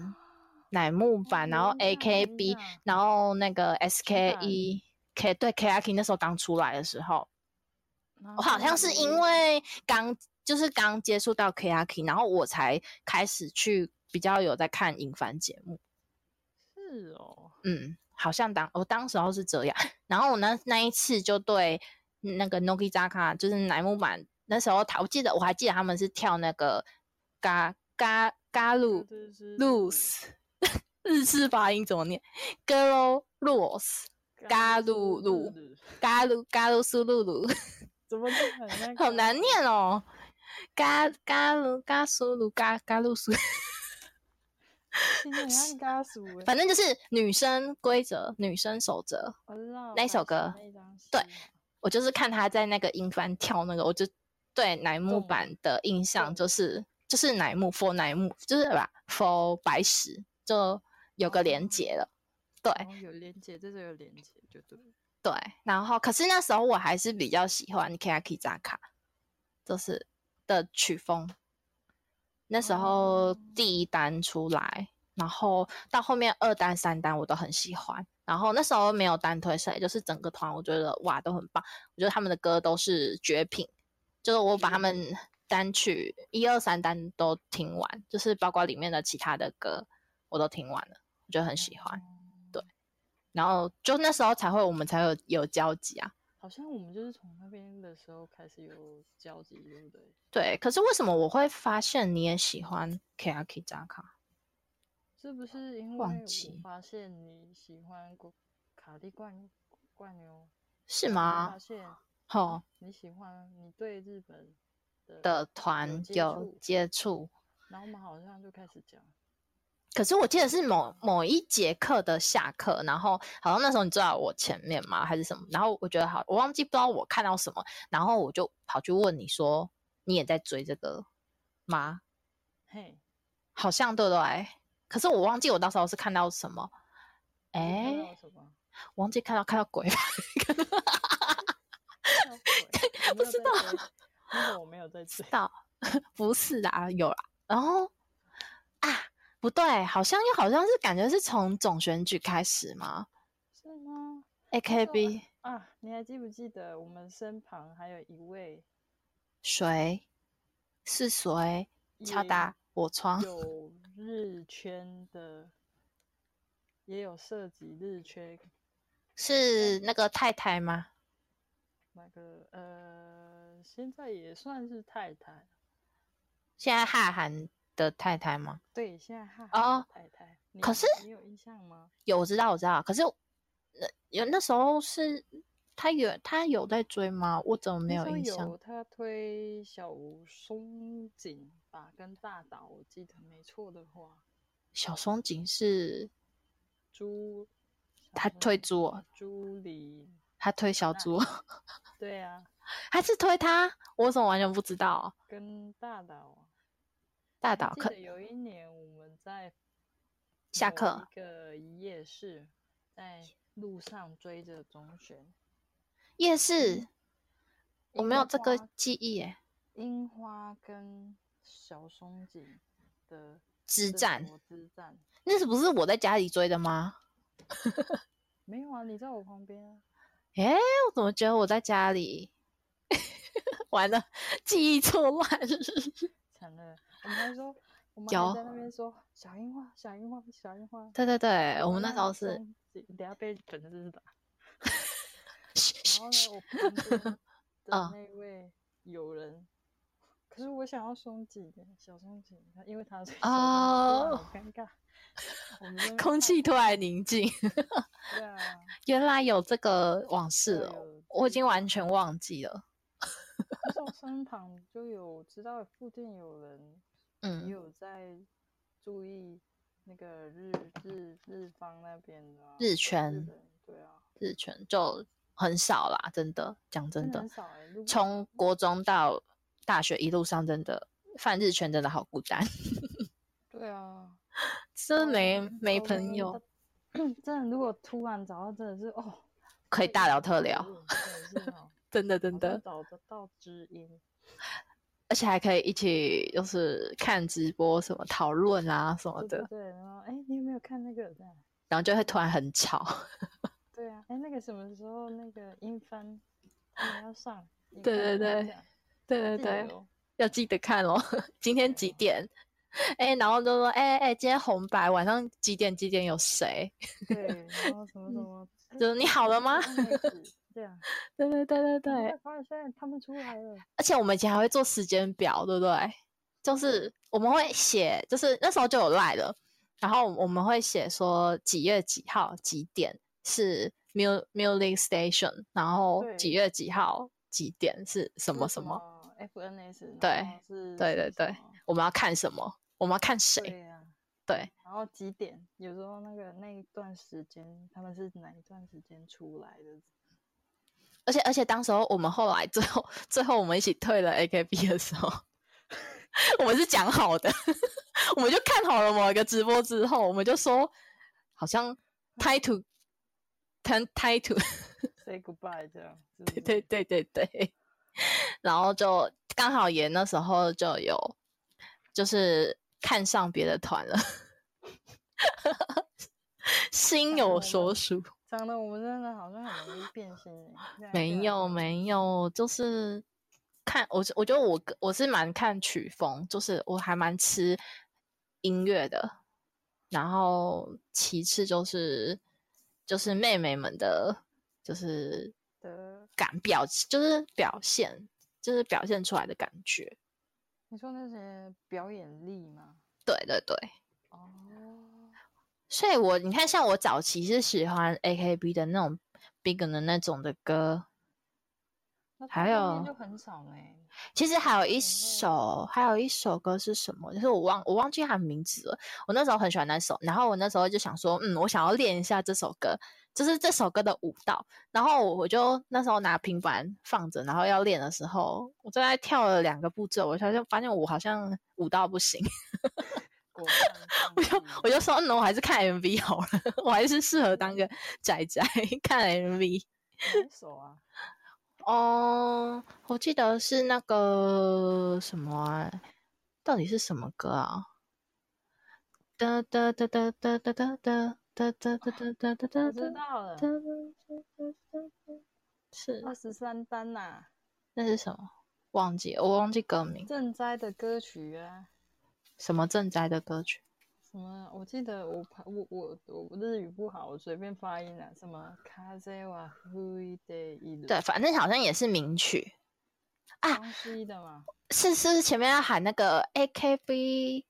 S3: 乃木坂，然后
S4: 有印象有印
S3: AKB，
S4: 象
S3: 然后那个 SKE
S4: 坂
S3: K 对 KAK 那时候刚出来的时候。
S4: 然
S3: 我好
S4: 后
S3: 像是因为刚就是刚接触到 K R K，然后我才开始去比较有在看影番节目。
S4: 是哦，
S3: 嗯，好像当我当时候是这样，然后我那那一次就对那个 Noki Zaka 就是乃木坂那时候他，我记得我还记得他们是跳那个嘎嘎嘎鲁
S4: 这是
S3: loose 日式发音怎么念？Girl Rules 嘎
S4: 嘎
S3: 鲁
S4: 鲁
S3: 鲁嘎鲁嘎鲁苏露露。
S4: 怎么就很那个
S3: 好难念哦。嘎嘎鲁嘎苏鲁嘎嘎鲁苏，
S4: 听着很像家属欸。
S3: 反正就是女生规则，女生守则。
S4: 我知道
S3: 那一首
S4: 白
S3: 歌
S4: 雪那张哦
S3: 对
S4: 诗
S3: 我就是看她在那个音翻跳那个，我就对乃木
S4: 懂
S3: 坂的印象
S4: 懂
S3: 就是就是乃木 for 乃木就是吧 for 白石就有个连
S4: 哦
S3: 结了。对，
S4: 哦有连接，这是有连接，就对了。
S3: 对，然后可是那时候我还是比较喜欢 k a k i z a k a 就是的曲风。那时候
S4: 哦
S3: 第一单出来，然后到后面二单、三单我都很喜欢。然后那时候没有单推谁，就是整个团我觉得哇都很棒，我觉得他们的歌都是绝品，就是我把他们单曲一二三单都听完，就是包括里面的其他的歌我都听完了，我觉得很喜欢。对
S4: 哦，
S3: 然后就那时候才会，我们才有有交集啊。
S4: 好像我们就是从那边的时候开始有交集，对不对？
S3: 对，可是为什么我会发现你也喜欢 K R K 扎卡？
S4: 是不是因
S3: 忘
S4: 为
S3: 记
S4: 我发现你喜欢过卡利冠冠牛？
S3: 是
S4: 我
S3: 吗
S4: 发？现
S3: 吼
S4: 你喜欢，你对日本的
S3: 的团
S4: 接
S3: 有
S4: 触
S3: 接触，
S4: 然后我们好像就开始讲，
S3: 可是我记得是某某一节课的下课，然后好像那时候你坐在我前面嘛，还是什么？然后我觉得好，我忘记不知道我看到什么，然后我就跑去问你说你也在追这个吗？
S4: 嘿，
S3: 好像对不对？可是我忘记我到时候是看到什么，哎、
S4: 你看到 什么？
S3: 我忘记看到看到鬼吧？
S4: 不知道，那个我没有在追，
S3: 到， 不是啊，有啦。然后啊，不对，好像又好像是感觉是从总选举开始吗
S4: 是吗？
S3: ？A
S4: 那
S3: K
S4: 时候我
S3: B
S4: 啊，你还记不记得我们身旁还有一位
S3: 谁是谁敲
S4: 也
S3: 打我窗？
S4: 嗯有日圈的，也有涉及日圈
S3: 是
S4: 嗯
S3: 那个太太吗？
S4: 那个呃，现在也算是太太，
S3: 现在哈韩的太太吗？
S4: 对，现在哈哈
S3: 哦
S4: 的太太，你
S3: 可
S4: 有
S3: 是
S4: 你有印象吗？
S3: 有，我知道，我知道。可是那有那时候是他有他有在追吗？我怎么没
S4: 那
S3: 有
S4: 时候
S3: 印象
S4: 有？他推小松井吧，跟大岛，我记得没错的话，
S3: 小松井是
S4: 朱
S3: 他推猪哦，
S4: 朱里，
S3: 他推小
S4: 那
S3: 猪， 哦
S4: 对啊，
S3: 还是推他？我怎么完全不知道？啊
S4: 跟大岛啊。
S3: 大
S4: 还
S3: 岛
S4: 记
S3: 可
S4: 得有一年我们在
S3: 下
S4: 某
S3: 课
S4: 一个夜市，在路上追着中选
S3: 夜市，我
S4: 一
S3: 没有
S4: 个
S3: 这个
S4: 嗯花
S3: 记忆耶。
S4: 樱花跟小松井的
S3: 之
S4: 这
S3: 战
S4: 国之战
S3: 那是不是我在家里追的吗？
S4: 没有啊，你在我旁边啊。
S3: 诶，我怎么觉得我在家里？ 完了，记忆错乱。
S4: 惨了，我们还说，我们
S3: 有
S4: 还在那边说小樱花，小樱花，小樱花。
S3: 对对对，我们那
S4: 然
S3: 时
S4: 后
S3: 候是，
S4: 松井，等下被粉丝打。
S3: 嘘
S4: 然后哦呢，我旁边
S3: 嗯
S4: 的那位友人，可是我想要松紧的小松紧，他因为他是小松井
S3: 哦
S4: 好尴尬，我们在那边
S3: 空气突然宁静。
S4: 看对啊，
S3: 原来有这个往事
S4: 对
S3: 哦
S4: 有，
S3: 我已
S4: 这
S3: 经
S4: 个
S3: 完全忘记了。
S4: 那时候身旁就有知道附近有人也
S3: 嗯，
S4: 有在注意那个日日日方那边的、啊、
S3: 日
S4: 日
S3: 全
S4: 本对啊，
S3: 日全就很少啦，真的，讲真的
S4: 很，少哎、如果
S3: 从国中到大学一路上，真的泛日圈真的好孤单。
S4: 对啊，
S3: 真
S4: 高
S3: 没
S4: 中
S3: 没
S4: 高
S3: 朋
S4: 中
S3: 友，
S4: 到 真的如果突然找到真的是哦，
S3: 可以大聊特聊，
S4: 真的是哦
S3: 真的
S4: 好
S3: 真
S4: 像
S3: 的，
S4: 找得到知音，
S3: 而且还可以一起就是看直播什么讨论啊什么
S4: 对
S3: 的
S4: 对，对，然后哎，你有没有看那个？这样
S3: 然后就会突然很吵。
S4: 对啊，哎，那个什么时候那个英翻他们要上？你
S3: 对对
S4: 看他们
S3: 对
S4: 这样
S3: 对对
S4: 记
S3: 对
S4: 得，哦
S3: 要记得看哦，今天几点？ 哎、然后就说，哎、哎、今天红白晚上几点几点有谁？
S4: 对，然后什么什么，哎
S3: 嗯就是你好了吗？
S4: 这个妹子这样，
S3: 对对对对 对，
S4: 哎，发现他们出来了，
S3: 而且我们以前还会做时间表，对不对？就是我们会写，就是那时候就有赖了，然后我们会写说几月几号几点是 mu music station，然后
S4: 对
S3: 几月几号几点是什么
S4: 是
S3: 什么，
S4: FNS，
S3: 对
S4: 然后是
S3: 对
S4: 是
S3: 对对
S4: 什么
S3: 我们要看什么，我们要看谁，
S4: 对呀，
S3: 对
S4: 然后几点？有时候那个那一段时间他们是哪一段时间出来的？
S3: 而且而且当时候我们后来最后最后我们一起退了 AKB 的时候， 我们是讲好的， 我们就看好了某一个直播之后，我们就说好像 title。ten title，
S4: say goodbye 这样，是不
S3: 对
S4: 是
S3: 对对对对，然后就刚好也那时候就有就是看上别的团了， 心
S4: 看
S3: 有
S4: 我
S3: 所
S4: 们
S3: 属。
S4: 长得我们真的好像很容易变心哎、现在
S3: 没
S4: 越来
S3: 有
S4: 越
S3: 没有，就是看我是我觉得我个我是蛮看曲风，就是我还蛮吃音乐的，然后其次就是就是妹妹们的，就是
S4: 的。
S3: 感表就是表现，就是表现出来的感觉。
S4: 你说那些表演力吗？
S3: 对对对，
S4: 哦，
S3: 所以我你看，像我早期是喜欢 A K B 的那种 big 的那种的歌，
S4: 那
S3: 还
S4: 这方面
S3: 有
S4: 就很少嘞、
S3: 其实还有一
S4: 嗯
S3: 首，还有一首歌是什么？就是我忘我忘记它名字了。我那时候很喜欢那首，然后我那时候就想说，嗯，我想要练一下这首歌，就是这首歌的舞蹈。然后我我就那时候拿平板放着，然后要练的时候，我大概跳了两个步骤，我发现发现我好像舞到不行，
S4: 果断放
S3: 我就
S4: 弃
S3: 我就说，嗯，我还是看 MV 好了，我还是适合当个仔仔看 MV。
S4: 哪一 首啊？
S3: 哦，我记得是那个什么、啊，到底是什么歌啊？哒哒哒哒哒哒哒哒哒哒哒哒哒哒哒
S4: 我知
S3: 哒。
S4: 道了，
S3: 是
S4: 二十三单呐、
S3: 那是什么？忘记了我忘记歌名，
S4: 赈灾的歌曲啊，
S3: 什么赈灾的歌曲？
S4: 什么？我记得我怕我我我日语不好，我随便发音啊，什么卡塞瓦呼伊德伊鲁，
S3: 对，啊反正好像也是名曲，啊
S4: 江西的嘛，
S3: 是是前面要喊那个 AKB48。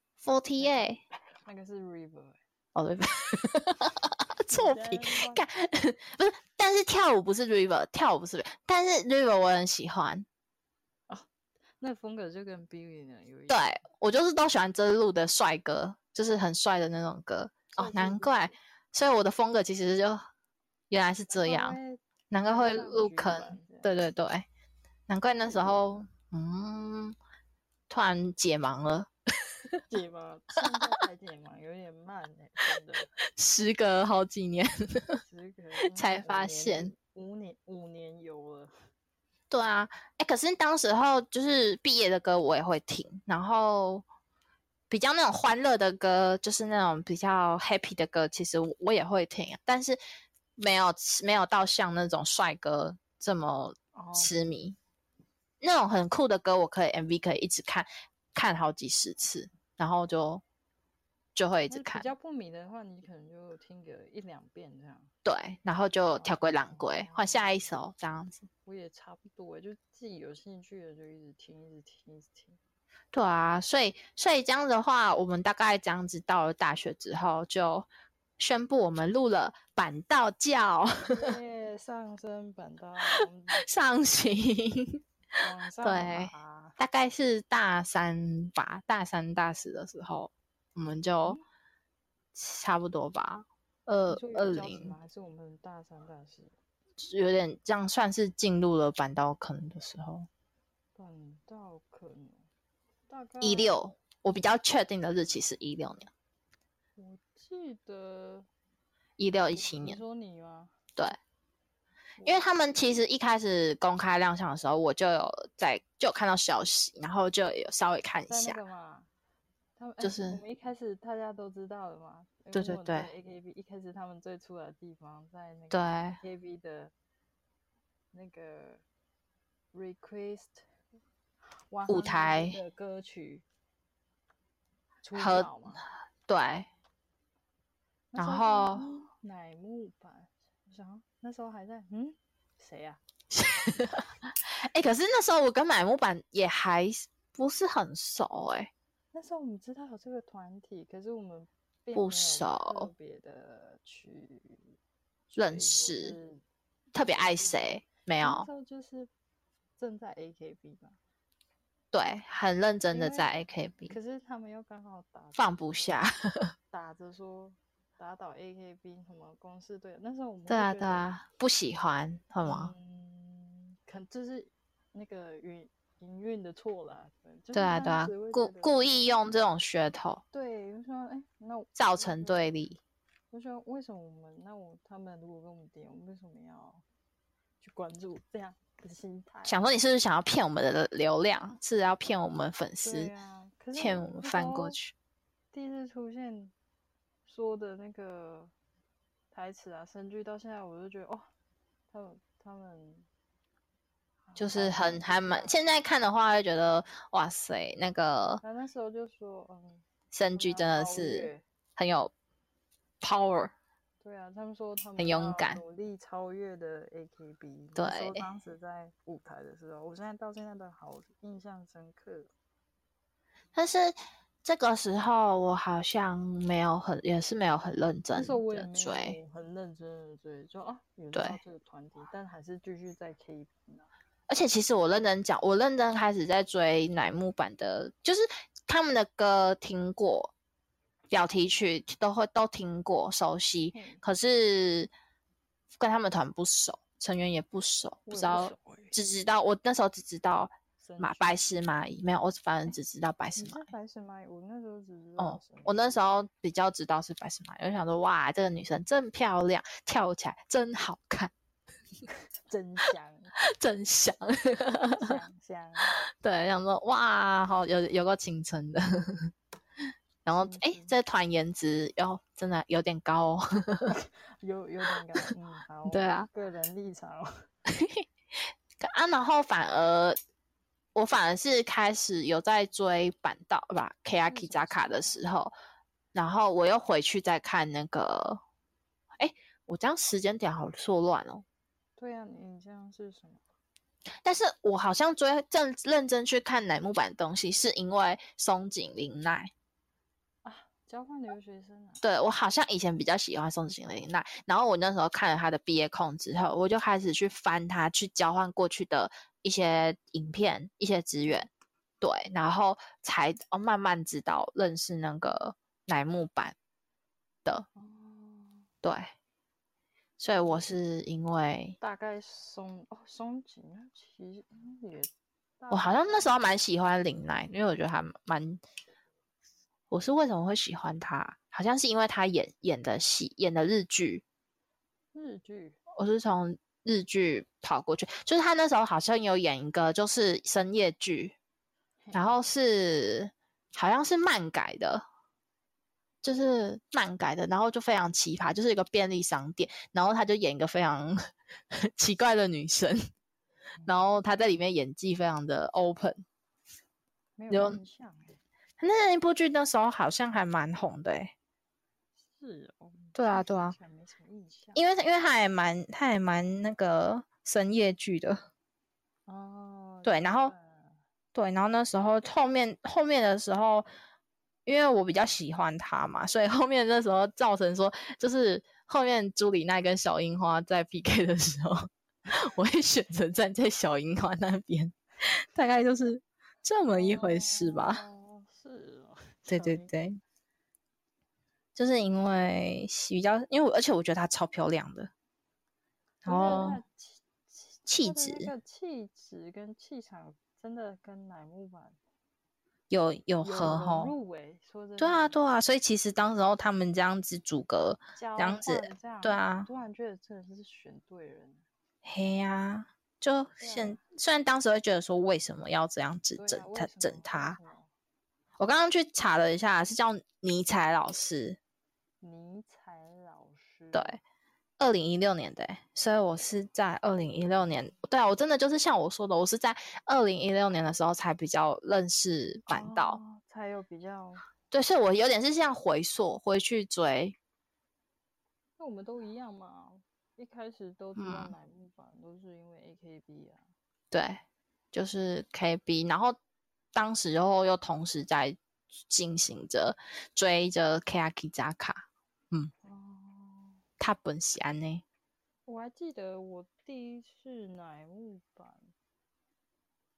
S4: 那个是 River，
S3: 哦对， 作品。
S4: 品
S3: 干 不是，但是跳舞不是 River，跳舞不是 River，但是 River 我很喜欢，
S4: 那风格就跟 Billionaire 有一
S3: 对
S4: 点
S3: 我就是都喜欢这路的帅哥，就是很帅的那种歌
S4: 帅
S3: 哦，
S4: 气
S3: 难
S4: 路
S3: 怪，所以我的风格其实就原来是这样，
S4: 哦
S3: 难怪
S4: 搭
S3: 会
S4: 上
S3: 入
S4: 局
S3: 坑
S4: 版，这样
S3: 对对对，难怪那时候嗯，突然解盲了，
S4: 解盲，现在才解盲有点慢哎、真的，
S3: 时隔好几年，
S4: 十个
S3: 才
S4: 五
S3: 发
S4: 年
S3: 现
S4: 五年五年有了，
S3: 对啊，哎，可是当时候就是毕业的歌我也会听，然后比较那种欢乐的歌，就是那种比较 happy 的歌，其实我我也会听，啊但是没有没有到像那种帅哥这么
S4: 哦，
S3: 痴迷。那种很酷的歌，我可以 MV 可以一直看看好几十次，然后就就会一直
S4: 那
S3: 看
S4: 比，较不迷的话，你可能就听个一两遍这样。
S3: 对，然后就跳归懒归，换下一
S4: 哦
S3: 首这样子。
S4: 我也差不多欸，就自己有兴趣的就一直听，一直听，一直听。
S3: 对啊，所以所以这样的话，我们大概这样子到了大学之后，就宣布我们录了板道教
S4: 耶，上升板道我们
S3: 上行，
S4: 往上
S3: 对
S4: 爬
S3: 大概是大三吧，大三大四的时候，我们就差不多吧，二
S4: 嗯你说有
S3: 二
S4: 交集
S3: 零
S4: 吗还是我们大三、大四？
S3: 有点这样算是进入了板道坑的时候，
S4: 板道可能大概
S3: 一，六，我比较确定的日期是一六年，
S4: 我记得
S3: 一六一
S4: 你
S3: 七
S4: 你
S3: 年，
S4: 说你吗？
S3: 对。
S4: 我
S3: 因为他们其实一开始公开亮相的时候，我就有在就有看到消息，然后就有稍微看一
S4: 在
S3: 下
S4: 那。个嘛，他们
S3: 就
S4: 哎
S3: 是
S4: 我们一开始大家都知道的嘛。因
S3: 对
S4: 为
S3: 对
S4: 我
S3: 对
S4: 在，AKB 一开始他们最初的地方在那
S3: 对
S4: 个 AKB 的那个 request
S3: 舞台
S4: 的歌曲出
S3: 和
S4: 道嘛，
S3: 对，
S4: 那
S3: 然
S4: 时候叫
S3: 后
S4: 嗯乃木坂，我想那时候还在嗯谁呀？
S3: 哎、可是那时候我跟买木板也还不是很熟、哎，
S4: 那时候我们知道有这个团体，可是我们并
S3: 不
S4: 没有
S3: 熟
S4: 特别的去
S3: 认
S4: 追或
S3: 识
S4: 是
S3: 特别爱
S4: 记得
S3: 谁没
S4: 那
S3: 有
S4: 时？候就是正在 AKB 吧？
S3: 对，很认真的
S4: 因为
S3: 在 AKB
S4: 可是他们又刚好打
S3: 放不下，
S4: 打着说打倒 AKB 什么公式队，那时候我们
S3: 对
S4: 会
S3: 啊
S4: 觉
S3: 对
S4: 得
S3: 啊，不喜欢好吗？
S4: 嗯，可能就是那个营营运的错啦。就是
S3: 对啊
S4: 嗯当
S3: 对啊
S4: 时会，
S3: 故
S4: 觉得
S3: 故意用这种噱头
S4: 对，我说哎，那我
S3: 造
S4: 那
S3: 成
S4: 就
S3: 对立，
S4: 我说为什么我们那我他们如果跟我们点，我们为什么要去关注这样的心态？啊
S3: 想说你是不是想要骗我们的流量，是要骗我们粉
S4: 对
S3: 丝，
S4: 啊，可是
S3: 骗我们
S4: 那
S3: 翻
S4: 时
S3: 过
S4: 候
S3: 去。
S4: 第一次出现说的那个台词啊，神剧到现在我就觉得哦，他们他们
S3: 就是很还蛮。
S4: 现
S3: 现在看的话会觉得哇塞，那个
S4: 那那时候就说嗯，
S3: 神
S4: 剧
S3: 剧真的是很有 power，
S4: 对啊，他们说他们
S3: 很勇
S4: 要
S3: 敢
S4: 努力超越的 AKB。
S3: 对
S4: 当时在舞台的时候，我现在到现在都好印象深刻。
S3: 但是这个时候我好像没有很，也是没有很认
S4: 那
S3: 真
S4: 时候我也
S3: 的
S4: 没
S3: 追。
S4: 有很认真的追，就啊有
S3: 对
S4: 到这个团体，但还是继续在 KB 呢。
S3: 而且其实我认真讲，我认真开始在追乃木坂的，就是他们的歌听过，表题曲都会都听过，熟悉，
S4: 嗯
S3: 可是跟他们团不熟，成员也不熟，
S4: 我也
S3: 知道，
S4: 熟欸
S3: 只知道我那时候只知道
S4: 神
S3: 马
S4: 曲
S3: 白石蚂蚁，没有，我反正只知道白石
S4: 你
S3: 蚂
S4: 是
S3: 蚁。
S4: 白石蚂蚁，我那时候只知道
S3: 哦
S4: 神，
S3: 我那
S4: 曲
S3: 时候比较知道是白石蚂蚁，我就想说哇，这个女生真漂亮，跳起来真好看，
S4: 真香
S3: 真香。
S4: 香香，
S3: 对，想说哇，好有有个青春的， 然后
S4: 青
S3: 哎、
S4: 春
S3: 这团颜值哟，真的有点高哦。
S4: 有有点感觉，嗯，好，
S3: 对啊，
S4: 个人立场哦，
S3: 啊，然后反而我反而是开始有在追板道吧 K A
S4: 嗯
S3: K
S4: 什
S3: 扎
S4: 么
S3: 卡
S4: 时
S3: 的
S4: 候
S3: 时候，然后我又回去再看那个，哎、我这样时间点好错乱哦。
S4: 对啊，你这样是什么？
S3: 但是我好像追正认真去看乃木坂的东西，是因为松井玲奈。
S4: 啊，交换留学生啊，
S3: 对我好像以前比较喜欢松井玲奈，然后我那时候看了她的毕业控之后，我就开始去翻她去交换过去的一些影片、一些资源，对，然后才哦慢慢知道认识那个乃木坂，
S4: 哦，
S3: 对，所以我是因为
S4: 大概松哦松紧，那其实嗯也大
S3: 我好像那时候蛮喜欢林奈，因为我觉得她蛮，我是为什么会喜欢她？好像是因为她演演的戏，演的日剧，
S4: 日剧
S3: 我是从日剧跑过去，就是他那时候好像有演一个就是深夜剧，然后是好像是漫改的，就是漫改的，然后就非常奇葩，就是一个便利商店，然后他就演一个非常 奇怪的女生，然后他在里面演技非常的 open。
S4: 没
S3: 有
S4: 有印象哎，
S3: 那一部剧那时候好像还蛮红的、欸，
S4: 是哦，
S3: 对啊对
S4: 想
S3: 啊
S4: 起来没什么印象，
S3: 因为因为他也蛮他也蛮那个深夜剧的，
S4: 哦，
S3: 对然后对，然后那时候后面后面的时候，因为我比较喜欢他嘛，所以后面那时候造成说，就是后面朱里奈跟小樱花在 PK 的时候，我会选择站在小樱花那边，大概就是这么一回事吧。
S4: 哦，是哦，
S3: 对
S4: 小
S3: 对
S4: 樱
S3: 对，就是因为比较，因为我而且我觉得她超漂亮的，然后
S4: 真的
S3: 哦气
S4: 他的
S3: 质
S4: 那个气质跟气场真的跟乃木坂
S3: 有有
S4: 有
S3: 合
S4: 融
S3: 吼。
S4: 入诶，说真的，
S3: 哦对啊，对啊，所以其实当时候他们这样子组阁，
S4: 交换这
S3: 样子对啊
S4: 突然觉得真的是选对人，
S3: 嘿呀、就现虽然当时会觉得说为什么要这样子
S4: 啊对
S3: 整
S4: 啊
S3: 他整，他
S4: 为什么为，什么
S3: 我刚刚去查了一下，是叫尼采老师，
S4: 尼采老师，
S3: 对，二零一六年的欸、所以我是在二零一六年，对啊，我真的就是像我说的，我是在二零一六年的时候才比较认识板道，
S4: 哦才有比较，
S3: 对，所以我有点是像回溯回去追，
S4: 那我们都一样嘛，一开始都知道
S3: 嗯
S4: 乃木坂都是因为 AKB 啊，
S3: 对，就是 KB，然后当时候又同时在进行着追着 k a k i z a k a
S4: 哦，
S3: 他本喜安呢。
S4: 我还记得我第一次乃木坂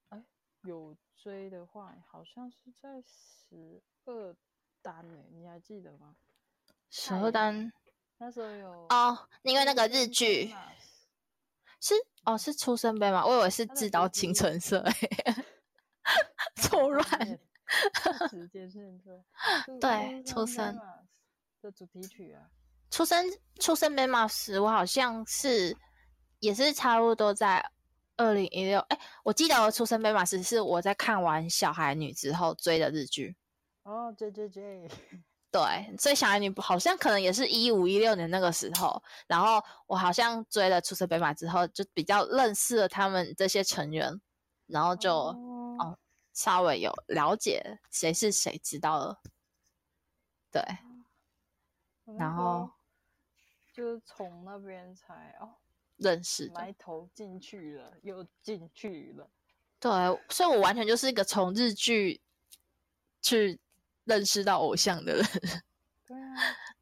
S4: 哎有追的话，好像是在十二单呢、你还记得吗？
S3: 十二单
S4: 那时候有
S3: 哦，因为那个日
S4: 出
S3: 剧
S4: 生嘛
S3: 是哦是出生杯吗？我以为是
S4: 它的
S3: 自导
S4: 结
S3: 青
S4: 局
S3: 春社、欸， 错
S4: 那好
S3: 乱
S4: 像是时间线错，就
S3: 对出
S4: 生
S3: 生
S4: 的主题曲啊，
S3: 出生出生 m a 时，我好像是也是差不多在二零一六。哎，我记得我出生 m a 时是我在看完《小孩女》之后追的日剧。
S4: 哦，J J J，
S3: 对，所以《小孩女》好像可能也是一五一六年那个时候，然后我好像追了出生 m a 之后，就比较认识了他们这些成员，然后就
S4: 哦
S3: 稍微有了解谁是谁，知道了。对，
S4: 我那
S3: 然
S4: 时
S3: 后
S4: 候就是从那边才哦
S3: 认识的。
S4: 埋头进去了，又进去了，
S3: 对，所以我完全就是一个从日剧去认识到偶像的人。
S4: 对啊，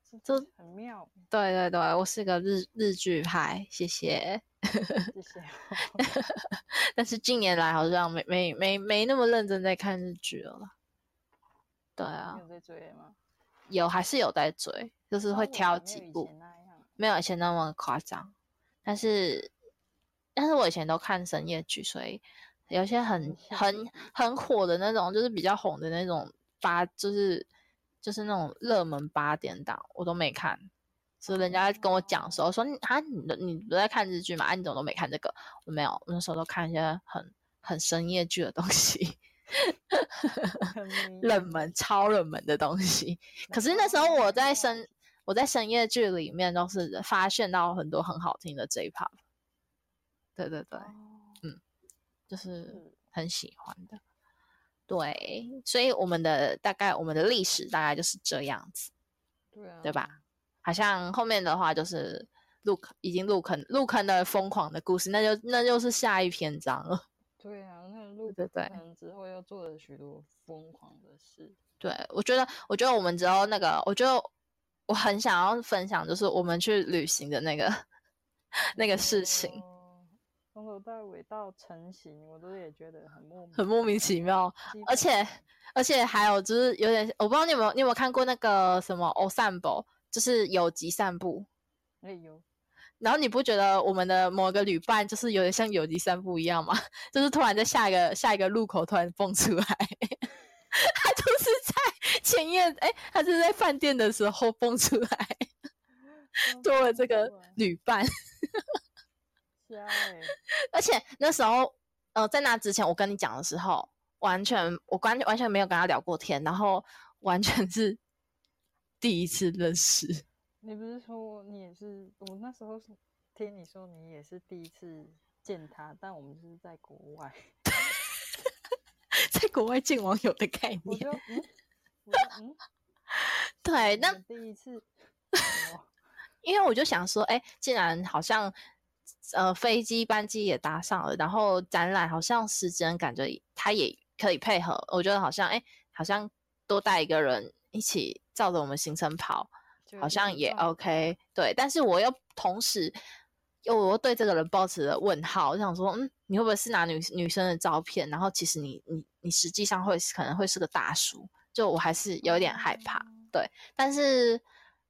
S4: 这
S3: 这
S4: 很妙，
S3: 对对对，我是个日日剧派，谢谢。
S4: 谢谢哦。
S3: 但是近年来好像没没没没那么认真在看日剧了啦。对
S4: 你
S3: 啊，
S4: 有在追吗？
S3: 有还是有在追，就是会
S4: 哦
S3: 挑
S4: 没有
S3: 几
S4: 以
S3: 部，
S4: 前那样，
S3: 没有以前那么夸张。但是，但是我以前都看深夜剧，所以有些很
S4: 深夜
S3: 很
S4: 剧
S3: 很火的那种，就是比较红的那种八，就是就是那种热门八点档，我都没看。所以人家跟我讲的时候说：“你啊，你的你不在看日剧吗？啊，你怎么都没看这个？”我没有，我那时候都看一些很很深夜剧的东西，
S4: 很迷
S3: 冷门超冷门的东西。可是那时候我在深我在深夜剧里面都是发现到很多很好听的 J-pop，对对对，
S4: 哦
S3: 就是
S4: 是
S3: 很喜欢的。对，所以我们的大概我们的历史大概就是这样子，
S4: 对啊，
S3: 对吧？好像后面的话就是入坑，已经入坑入坑的疯狂的故事，那就那就是下一篇章了。
S4: 对啊，那个路
S3: 对对
S4: 可能之后要做了许多疯狂的事。
S3: 对，我觉得，我觉得我们之后那个，我觉得我很想要分享，就是我们去旅行的那个 那个事情，
S4: 哦，从头到尾到成型，我都也觉得很莫名，
S3: 很莫名其妙。
S4: 基
S3: 而
S4: 本
S3: 且而且还有就是有点，我不知道你有没有你有没有看过那个什么《o 散步》，就是有集散步。
S4: 哎 呦，
S3: 然后你不觉得我们的某个旅伴就是有点像有集散步一样吗？ 就是突然在下一个下一个路口突然蹦出来， 他就是在前夜，哎、他是在饭店的时候蹦出来。多了这个旅伴，
S4: 虾哎，
S3: 而且那时候，呃，在那之前我跟你讲的时候，完全我完完全没有跟他聊过天，然后完全是第一次认识。
S4: 你不是说你也是？我那时候是听你说你也是第一次见他，但我们是在国 外，
S3: 在国外见网友的概
S4: 我就
S3: 念，
S4: 嗯，我就嗯，
S3: 对，
S4: 我
S3: 那
S4: 们第 一次什么
S3: 因为我就想说，哎，既然好像呃飞机班机也搭上了，然后展览好像时间感觉他也可以配合，我觉得好像哎，好像多带一个人一起照着我们行程跑，
S4: 就
S3: 好
S4: 一
S3: 像
S4: 起
S3: 也哦
S4: 逛
S3: OK，对，但是我又同时又我又对这个人抱持了问号，我想说，嗯，你会不会是拿女女生的照片，然后其实你你你实际上会可能会是个大叔，就我还是有点害
S4: 哦
S3: 怕，对，但是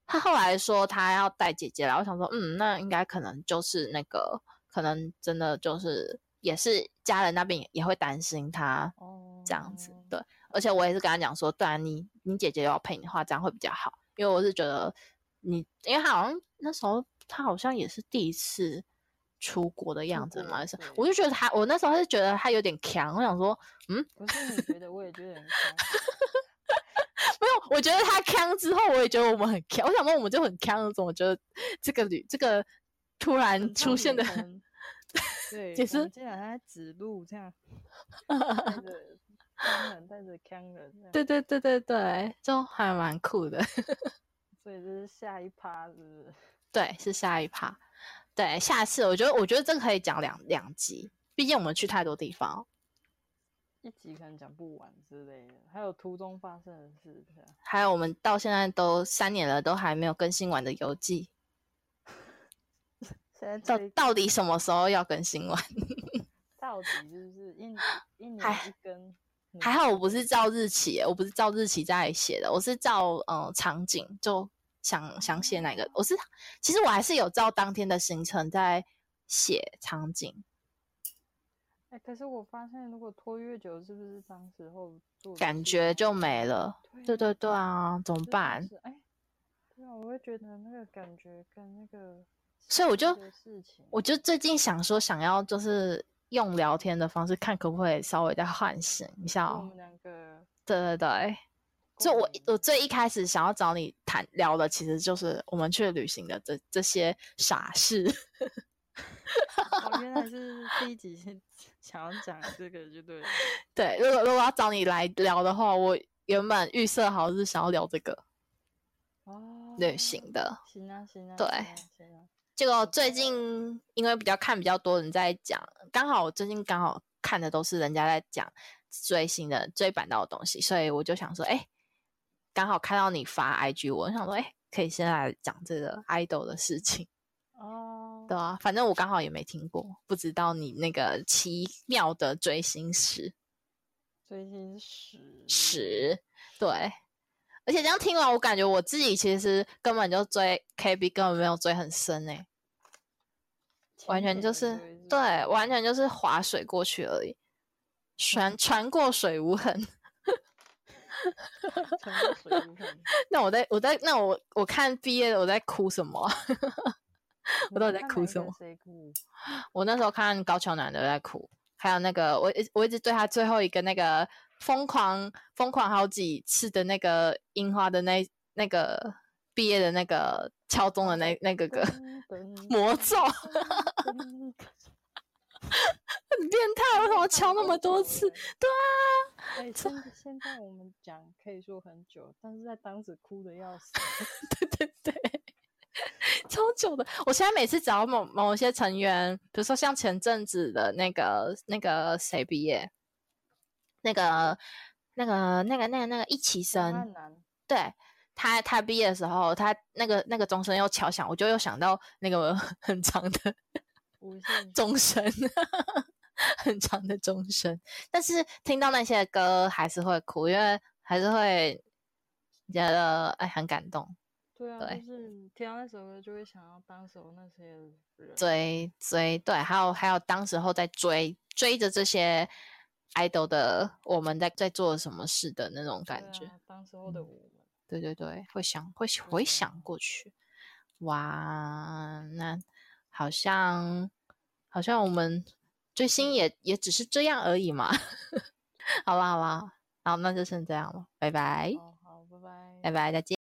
S3: 他后来说他要带姐姐来，我想说，嗯，那应该可能就是那个，可能真的就是也是家人那边也也会担心他，
S4: 哦
S3: 这样子。对，而且我也是跟他讲说，对啊，你你姐姐要陪你的话，这样会比较好，因为我是觉得你，因为他好像那时候他好像也是第一次出国的样子
S4: 国
S3: 嘛，是
S4: 对，
S3: 我就觉得他，我那时候是觉得他有点强，我想说，
S4: 不是你觉得，我也觉得很香。
S3: 没有，我觉得他康之后，我也觉得我们很强，我想问我们就很强，怎么觉得这个旅这个突然
S4: 很
S3: 出
S4: 像
S3: 现
S4: 女
S3: 的很
S4: 生，对，
S3: 解
S4: 我们
S3: 释
S4: 竟然还在指路这样， 带着腔人，带着腔人这样，
S3: 对对对对对，就还蛮酷的。
S4: 所以这是下一趴，是不是？
S3: 对，是下一趴。对，下次我觉得，我觉得这个可以讲两两集，毕竟我们去太多地方。
S4: 一集可能讲不完之类的，还有途中发生的事，这样
S3: 还有我们到现在都三年了，都还没有更新完的游记，
S4: 现在
S3: 到
S4: 这一
S3: 到底什么时候要更新完？
S4: 到底是不是一一年
S3: 还
S4: 一根？ 嗯
S3: 还好我不是照日期耶，我不是照日期在写的，我是照呃场景，就想想写哪个。我是其实我还是有照当天的行程在写场景，
S4: 哎、可是我发现，如果拖越久，是不是当时候做的
S3: 感
S4: 事
S3: 觉
S4: 情
S3: 就没了。对对对啊，怎么
S4: 真的
S3: 办？
S4: 是哎，对啊，我会觉得那个感觉跟那个
S3: 所以我
S4: 实
S3: 就
S4: 际的事情，
S3: 我就最近想说，想要就是用聊天的方式，看可不可以稍微再唤醒一下、
S4: 我
S3: 哦
S4: 们。两个
S3: 对对对，就
S4: 共
S3: 我
S4: 鸣
S3: 我最一开始想要找你谈聊的，其实就是我们去旅行的这这些傻事。
S4: 哦，原来是第一集先 想要讲这个就对了。
S3: 对，如果如果要找你来聊的话，我原本预设好是想要聊这个
S4: 哦，
S3: 旅行的，
S4: 行啊，行啊，
S3: 对
S4: 行啊行啊，
S3: 结果最近因为比较看比较多人在讲，刚好我最近刚好看的都是人家在讲追星的追版到的东西，所以我就想说，哎、刚好看到你发 IG，我就想说，哎、可以先来讲这个 idol 的事情，
S4: 哦，
S3: 对啊，反正我刚好也没听过，不知道你那个奇妙的追星史。
S4: 最近十
S3: 十，对。而且这样听完，我感觉我自己其实根本就追 KB，根本没有追很深欸诶、完全就是对，完全就是划水过去而已，船船过水无痕。
S4: 全部水平看
S3: 那我在我在那我我看毕业的我在哭什么啊？ 我
S4: 你
S3: 到底在
S4: 看
S3: 哭
S4: 哪一
S3: 什
S4: 个
S3: 么
S4: 谁哭？
S3: 我那时候看高桥男的在哭，还有那个我一我一直对他最后一个那个疯狂疯狂好几次的那个樱花的那那个毕业的那个敲钟的那那个歌。
S4: 噔噔
S3: 魔咒
S4: 噔噔
S3: 很变态，哎为什么敲那么多 次？对啊，
S4: 哎，现现在我们讲可以说很久，但是在当时哭的要 死。
S3: 对对对， 超久的。我现在每次找某某些成员，比如说像前阵子的那个那个谁毕业，那个那个那个那个那个一起生，
S4: 很难，
S3: 对他他毕业的时候，他那个那个钟声又敲响，我就又想到那个 很长的
S4: 无 限
S3: 钟声。很长的钟声，但是听到那些歌还是会哭，因为还是会觉得哎很感动。
S4: 对啊，
S3: 对
S4: 就是听到那首歌就会想要当时候那些人。
S3: 追追对，还有还有当时候在追追着这些 idol 的我们在在做什么事的那种
S4: 对
S3: 感觉，嗯
S4: 啊，嗯当时候的我们，
S3: 对对对，会想会回想过去，哇，那好像好像我们追星也也只是这样而已嘛， 好吧好吧，好那就先这样了，拜拜
S4: 哦，好，拜
S3: 拜拜再见。